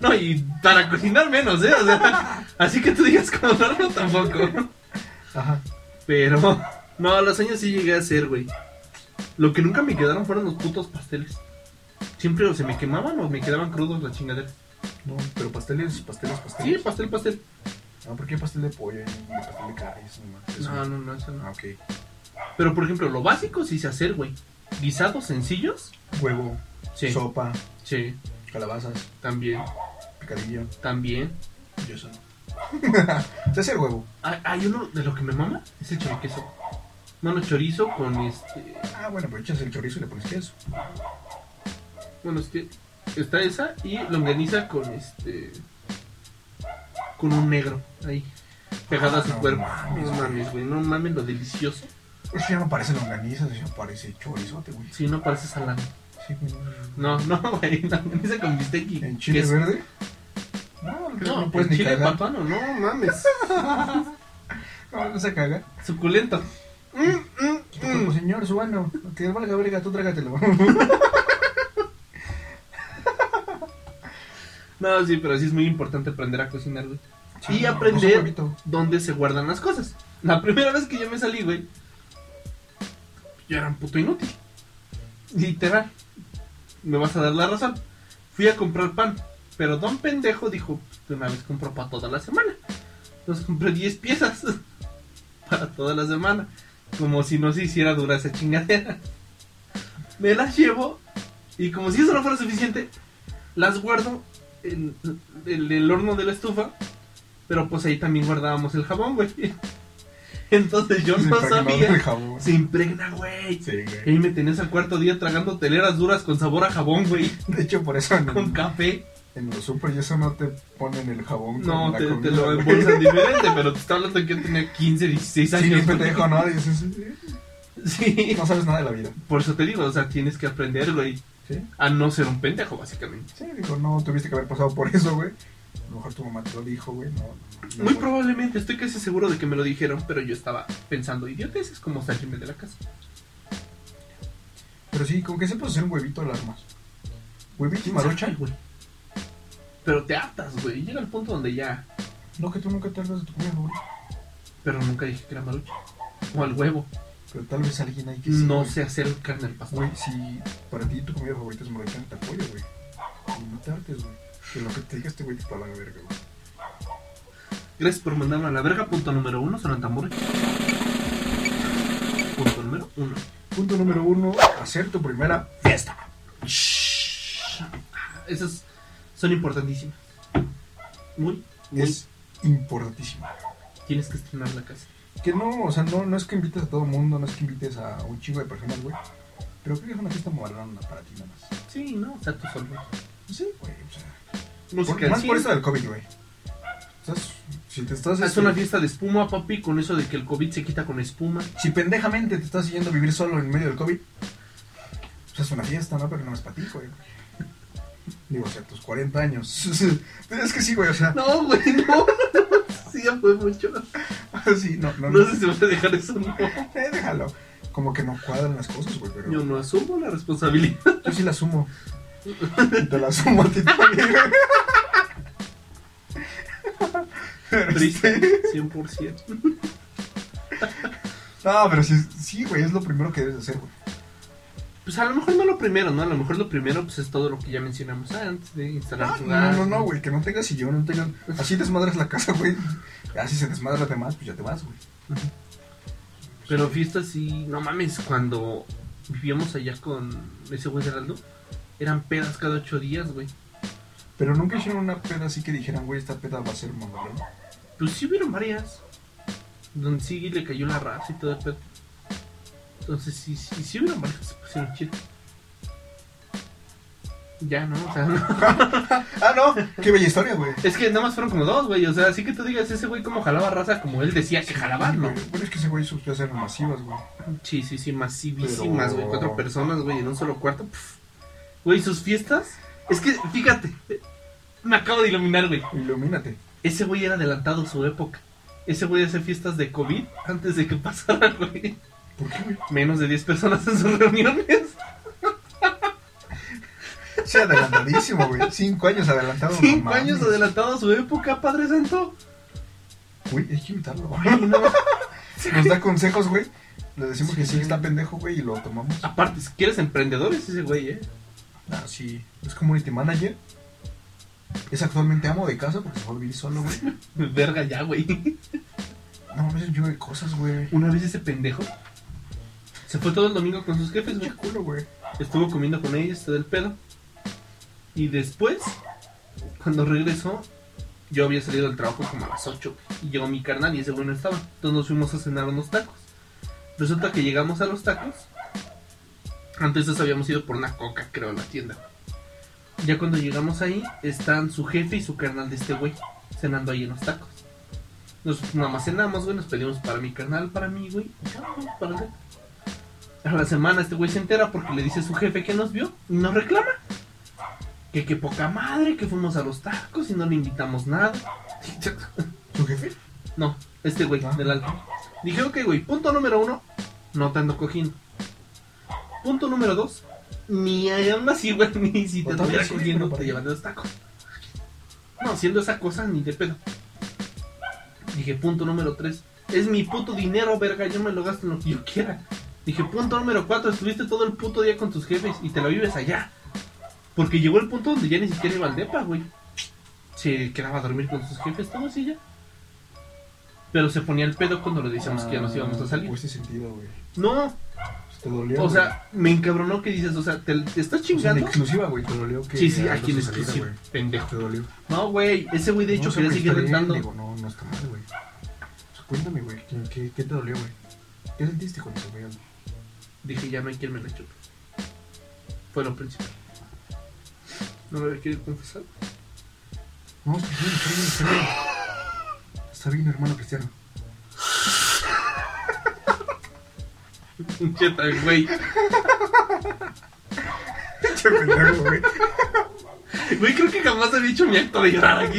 Speaker 1: No, y para cocinar menos, ¿eh? O sea, así que tú digas como no, no, tampoco.
Speaker 2: Ajá.
Speaker 1: Pero, no, los años sí llegué a hacer, güey. Lo que nunca me quedaron fueron los putos pasteles. Siempre o se me quemaban o me quedaban crudos la chingadera.
Speaker 2: No, pero pasteles, pasteles, pasteles.
Speaker 1: Sí, pastel, pastel.
Speaker 2: Ah, ¿por qué pastel de pollo y pastel de carne? Eso no mames. Eso.
Speaker 1: No, no, no, eso
Speaker 2: Ah,
Speaker 1: no.
Speaker 2: ok.
Speaker 1: Pero, por ejemplo, lo básico sí sé hacer, güey. Guisados sencillos.
Speaker 2: Huevo,
Speaker 1: Sí,
Speaker 2: sopa,
Speaker 1: sí.
Speaker 2: calabazas,
Speaker 1: También,
Speaker 2: picadillo.
Speaker 1: también.
Speaker 2: Yo solo. Se hace el huevo.
Speaker 1: Ah, Hay uno de lo que me mama, es el choriqueso. Bueno, chorizo con este...
Speaker 2: Ah, bueno, pero echas el chorizo y le pones queso.
Speaker 1: Bueno, es que está esa y longaniza con este. con un negro ahí, pegado a su
Speaker 2: Ah, no
Speaker 1: cuerpo.
Speaker 2: mames,
Speaker 1: no
Speaker 2: güey.
Speaker 1: mames, güey, no mames lo delicioso.
Speaker 2: Eso ya no parece longaniza, eso ya parece chorizote, güey.
Speaker 1: Si no parece salami.
Speaker 2: Sí, güey.
Speaker 1: No, no, güey, longaniza con bistec y.
Speaker 2: ¿En chile
Speaker 1: queso.
Speaker 2: verde? No,
Speaker 1: No,
Speaker 2: no, no puedes ni
Speaker 1: chile
Speaker 2: cagar.
Speaker 1: papano, no mames.
Speaker 2: No, no se caga.
Speaker 1: Suculento. Mm, mm,
Speaker 2: Tu
Speaker 1: mm.
Speaker 2: cuerpo, señor, su mano. Que valga verga, tú trágatelo.
Speaker 1: No, sí, pero sí es muy importante aprender a cocinar, güey.
Speaker 2: Sí,
Speaker 1: y
Speaker 2: no, no,
Speaker 1: aprender
Speaker 2: huevito.
Speaker 1: dónde se guardan las cosas. La primera vez que yo me salí, güey, yo era un puto inútil. Literal. Me vas a dar la razón. Fui a comprar pan, pero don pendejo dijo, "Pues, de una vez compro para toda la semana. Entonces compré 10 piezas para toda la semana. Como si no se hiciera dura esa chingadera. Me las llevo y como si eso no fuera suficiente, las guardo en en el horno de la estufa pero pues ahí también guardábamos el jabón, güey. Entonces yo
Speaker 2: Se
Speaker 1: no
Speaker 2: impregnó del
Speaker 1: sabía.
Speaker 2: jabón.
Speaker 1: Se impregna, güey.
Speaker 2: Sí,
Speaker 1: Y
Speaker 2: güey.
Speaker 1: ahí me tenías al cuarto día tragando teleras duras con sabor a jabón, güey.
Speaker 2: De hecho, por eso en,
Speaker 1: Con café.
Speaker 2: en los super y eso no te ponen el jabón.
Speaker 1: No,
Speaker 2: con la
Speaker 1: te, te
Speaker 2: comida,
Speaker 1: lo
Speaker 2: güey.
Speaker 1: embolsan diferente, pero te está hablando que yo tenía 15, 16
Speaker 2: Sí,
Speaker 1: años.
Speaker 2: bien
Speaker 1: güey.
Speaker 2: pendejo, ¿no? Dices, sí, sí.
Speaker 1: Sí.
Speaker 2: No sabes nada de la vida.
Speaker 1: Por eso te digo, o sea, tienes que aprender, güey,
Speaker 2: Sí.
Speaker 1: a no ser un pendejo, básicamente.
Speaker 2: Sí, digo, no tuviste que haber pasado por eso, güey. A lo mejor tu mamá te lo dijo, güey. No, no,
Speaker 1: Muy
Speaker 2: no.
Speaker 1: probablemente, estoy casi seguro de que me lo dijeron, pero yo estaba pensando, idiotes, es como salirme de la casa.
Speaker 2: Pero sí, como que sepas hacer un huevito al armas. Huevito y marucha.
Speaker 1: Ay, güey. Pero te hartas, güey. Llega el punto donde ya
Speaker 2: No, que tú nunca te hablas de tu comida, güey.
Speaker 1: Pero nunca dije que era marucha. O al huevo.
Speaker 2: Pero tal vez alguien ahí que sí,
Speaker 1: No
Speaker 2: güey.
Speaker 1: sé hacer carne al pastor.
Speaker 2: Güey, si para ti tu comida favorita es marucha, te apoyo, güey. Y no te hartes, güey. Que lo que te diga este güey para la verga, güey.
Speaker 1: Gracias por mandarme a la verga. Punto número uno, sonan tambores. Punto número uno.
Speaker 2: Punto número uno, hacer tu primera fiesta.
Speaker 1: Shhh. Ah, Esas son importantísimas. Muy, muy.
Speaker 2: Es importantísima.
Speaker 1: Tienes que estrenar la casa.
Speaker 2: Que no, o sea, no, no es que invites a todo el mundo, no es que invites a un chingo de personas, güey. Pero creo que es una fiesta moderna para ti nada más.
Speaker 1: Sí, no, o sea, tú solo.
Speaker 2: Pues Sí, güey, o sea.
Speaker 1: Música
Speaker 2: Por-
Speaker 1: en
Speaker 2: más
Speaker 1: Pues sí.
Speaker 2: por eso del COVID, güey. Estás- Si te estás.
Speaker 1: Haz
Speaker 2: este,
Speaker 1: una fiesta de espuma, papi, con eso de que el COVID se quita con espuma.
Speaker 2: Si pendejamente te estás yendo a vivir solo en medio del COVID, pues es una fiesta, ¿no? Pero no es para ti, güey. Digo, o sea, tus 40 años. es que sí, güey, o sea,
Speaker 1: No, güey, no. Sí, ya fue mucho.
Speaker 2: sí, no, no,
Speaker 1: No
Speaker 2: no.
Speaker 1: sé si vas a dejar eso no.
Speaker 2: Eh, déjalo. Como que no cuadran las cosas, güey, pero
Speaker 1: Yo
Speaker 2: yo,
Speaker 1: no asumo la responsabilidad.
Speaker 2: sí la asumo. Y te la asumo a ti también, güey. Pero
Speaker 1: Triste,
Speaker 2: este-
Speaker 1: 100%.
Speaker 2: No, pero sí, sí, güey, es lo primero que debes hacer, güey.
Speaker 1: Pues a lo mejor no lo primero, ¿no? A lo mejor lo primero pues es todo lo que ya mencionamos antes de instalar tu
Speaker 2: Ah, No,
Speaker 1: gas,
Speaker 2: no, no, güey, que no tengas sillón, no tengas...
Speaker 1: Pues
Speaker 2: Así desmadras la casa, güey. Ya si se desmadra de más, pues ya te vas, güey.
Speaker 1: Pero fiestas sí, no mames, cuando vivíamos allá con ese güey Geraldo, eran pedas cada ocho días, güey.
Speaker 2: Pero nunca hicieron una peda así que dijeran, güey, esta peda va a ser mamalón.
Speaker 1: Pues sí hubieron varias. Donde sí le cayó la raza y todo el pedo. Entonces sí, sí, sí hubieron varias que se pusieron chidas. Ya, ¿no? O sea, no.
Speaker 2: Ah, no, qué bella historia, güey.
Speaker 1: Es que nada más fueron como dos, güey. O sea, así que tú digas, ese güey como jalaba raza como él decía que jalaba, ¿no?
Speaker 2: Bueno, es que ese güey sus pedas eran masivas, güey.
Speaker 1: Sí, sí, sí, masivísimas, güey.
Speaker 2: Pero-
Speaker 1: Cuatro personas, güey, en un solo cuarto. pf. Güey, sus fiestas. Es que, fíjate, me acabo de iluminar, güey.
Speaker 2: Ilumínate.
Speaker 1: Ese güey era adelantado a su época. Ese güey hace fiestas de COVID antes de que pasara, güey.
Speaker 2: ¿Por qué, güey?
Speaker 1: Menos de 10 personas en sus reuniones.
Speaker 2: Sí, adelantadísimo, güey. Cinco años adelantado. no
Speaker 1: Cinco
Speaker 2: mames.
Speaker 1: años adelantado a su época, Padre Santo.
Speaker 2: Güey, hay que invitarlo, güey.
Speaker 1: Ay, no.
Speaker 2: Nos da consejos, güey. Le decimos que
Speaker 1: Sí.
Speaker 2: sí, que está pendejo, güey, y lo tomamos.
Speaker 1: Aparte, si quieres emprendedores, ese güey, eh.
Speaker 2: Ah, sí. Es community manager. Es actualmente amo de casa porque se va a vivir solo, güey.
Speaker 1: Verga ya, güey.
Speaker 2: No, a veces yo de cosas, güey.
Speaker 1: Una vez ese pendejo se fue todo el domingo con sus jefes, güey.
Speaker 2: Pinche culo, güey.
Speaker 1: Estuvo comiendo con ellos, todo el pedo. Y después, cuando regresó, yo había salido del trabajo como a las 8. Y llegó mi carnal y ese güey no estaba. Entonces nos fuimos a cenar unos tacos. Resulta que llegamos a los tacos. Antes de eso habíamos ido por una coca, creo, a la tienda. Ya cuando llegamos ahí, están su jefe y su carnal de este güey cenando ahí en los tacos. Nos nada más cenamos, güey, nos pedimos para mi carnal, para mí, güey. y ya, güey, para el- a la semana este güey se entera porque le dice a su jefe que nos vio y nos reclama. Que qué poca madre, que fuimos a los tacos y no le invitamos nada.
Speaker 2: ¿Tu jefe?
Speaker 1: No, este güey,
Speaker 2: Ah.
Speaker 1: del alto. Dije, ok, güey, punto número uno, no te ando cogiendo. Punto número dos, ni aún así, güey, ni si te
Speaker 2: O tal
Speaker 1: estuviera
Speaker 2: vez sí,
Speaker 1: cogiendo
Speaker 2: pero
Speaker 1: te
Speaker 2: para-
Speaker 1: llevan los tacos. No, siendo esa cosa, ni de pedo. Dije, punto número tres, es mi puto dinero, verga, yo me lo gasto en lo que yo quiera. Dije, punto número cuatro, estuviste todo el puto día con tus jefes y te la vives allá. Porque llegó el punto donde ya ni siquiera iba al depa, güey. Se quedaba a dormir con sus jefes, todo así ya. Pero se ponía el pedo cuando le decíamos que ya nos íbamos a salir.
Speaker 2: Pues ese sentido, güey.
Speaker 1: No,
Speaker 2: Pues te dolió.
Speaker 1: o
Speaker 2: güey.
Speaker 1: sea, me encabronó que dices, o sea, te, te estás
Speaker 2: Pues en
Speaker 1: chingando.
Speaker 2: exclusiva, güey. Te dolió que.
Speaker 1: Sí, sí,
Speaker 2: ya no
Speaker 1: aquí en
Speaker 2: se saliera,
Speaker 1: exclusiva,
Speaker 2: güey.
Speaker 1: pendejo.
Speaker 2: Te dolió.
Speaker 1: No, güey, ese güey de hecho
Speaker 2: No,
Speaker 1: quería
Speaker 2: siempre
Speaker 1: seguir
Speaker 2: está bien,
Speaker 1: rentando.
Speaker 2: digo, no, no está mal, güey. Pues cuéntame, güey. ¿qué, qué, qué te dolió, güey? ¿Qué sentiste con eso, güey?
Speaker 1: Dije, ya no hay quien me la chupe. Fue lo principal. No me había querido confesar.
Speaker 2: No, está bien, está bien, está bien. Está bien, hermano cristiano.
Speaker 1: Cheta, güey.
Speaker 2: Pinche pendejo, güey.
Speaker 1: Güey, creo que jamás había hecho mi acto de llorar aquí.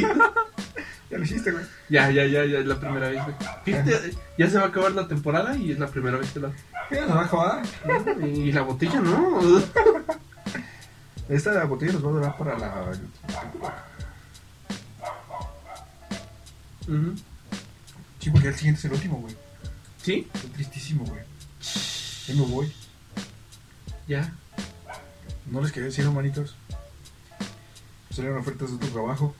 Speaker 2: Ya lo hiciste, güey.
Speaker 1: Ya, ya, ya, ya, es la primera vez, güey. Fíjate, ya se va a acabar la temporada y es la primera vez que la.
Speaker 2: Ya nos va a acabar.
Speaker 1: Y la botella, ¿no?
Speaker 2: Esta botella nos va a durar para la.
Speaker 1: Ujú.
Speaker 2: Sí, porque el siguiente es el último, güey.
Speaker 1: ¿Sí?
Speaker 2: Estoy tristísimo, güey. Ya me voy.
Speaker 1: Ya.
Speaker 2: No les quería decir, hermanitos. Salieron ofertas de otro trabajo.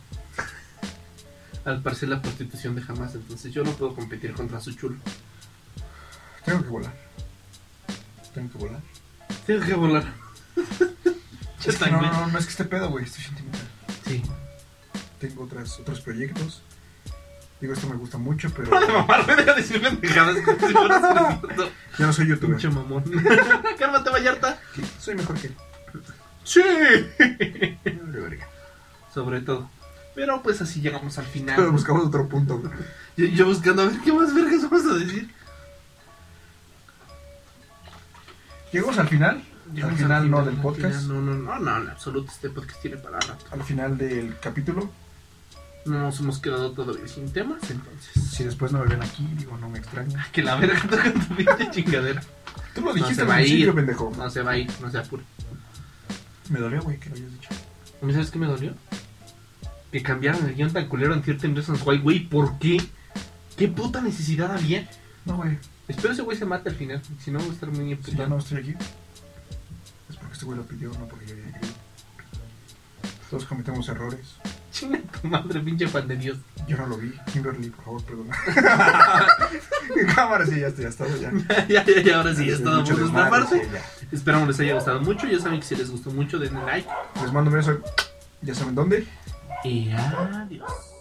Speaker 1: Al parecer la prostitución de jamás, entonces yo no puedo competir contra su chulo.
Speaker 2: Tengo que volar. Tengo que volar.
Speaker 1: Tienes que volar.
Speaker 2: Es que no, no, no, no es que esté pedo, güey. Estoy sentimental.
Speaker 1: Sí.
Speaker 2: Tengo otras, otros proyectos. Digo, esto me gusta mucho, pero
Speaker 1: Para de mamar, me deja decirle pendejadas como si fueras cierto.
Speaker 2: ya no soy youtuber.
Speaker 1: Pinche mamón. Cálmate, Vallarta.
Speaker 2: Soy mejor que él.
Speaker 1: Sí.
Speaker 2: Me vale verga.
Speaker 1: Sobre todo. pues, Pero pues así llegamos al final.
Speaker 2: Pero buscamos otro punto, güey.
Speaker 1: Yo, yo buscando a ver qué más vergas vamos a decir.
Speaker 2: Llegamos al final.
Speaker 1: Llegamos
Speaker 2: al final, no
Speaker 1: al
Speaker 2: del
Speaker 1: al
Speaker 2: podcast.
Speaker 1: final, No, no, no, no, en absoluto este podcast tiene para rato.
Speaker 2: Al final del capítulo.
Speaker 1: No nos hemos quedado todavía sin temas, entonces.
Speaker 2: Si después no me ven aquí, digo, no me extraña.
Speaker 1: Que la verga toca tu pinche chingadera.
Speaker 2: Ah, Tú lo
Speaker 1: se
Speaker 2: dijiste
Speaker 1: va a
Speaker 2: al principio,
Speaker 1: ir.
Speaker 2: pendejo.
Speaker 1: No se va a ir, no se apure.
Speaker 2: Me dolió, güey, que lo hayas dicho.
Speaker 1: ¿A mí sabes qué me dolió? Que cambiaron el guión tan culero en Certain Reasons Why, güey. ¿Por qué? ¿Qué puta necesidad había?
Speaker 2: No, güey.
Speaker 1: Espero ese güey se mate al final. Si no, voy a estar muy
Speaker 2: Si ya
Speaker 1: emputado.
Speaker 2: no estoy aquí, es porque este güey lo pidió, no porque yo haya querido. Todos cometemos errores.
Speaker 1: Chinga tu madre, pinche fan de Dios.
Speaker 2: Yo no lo vi. Kimberly, por favor, perdona. Cámara, sí, ya estoy, ya está, ya.
Speaker 1: ya, ya, ya, ahora sí, ya es todo
Speaker 2: Mucho
Speaker 1: por nuestra
Speaker 2: desmadre,
Speaker 1: parte.
Speaker 2: sí, ya.
Speaker 1: Esperamos les haya gustado mucho. Ya saben que si les gustó mucho, denle like.
Speaker 2: Les mando un beso. Ya saben dónde.
Speaker 1: Y adiós.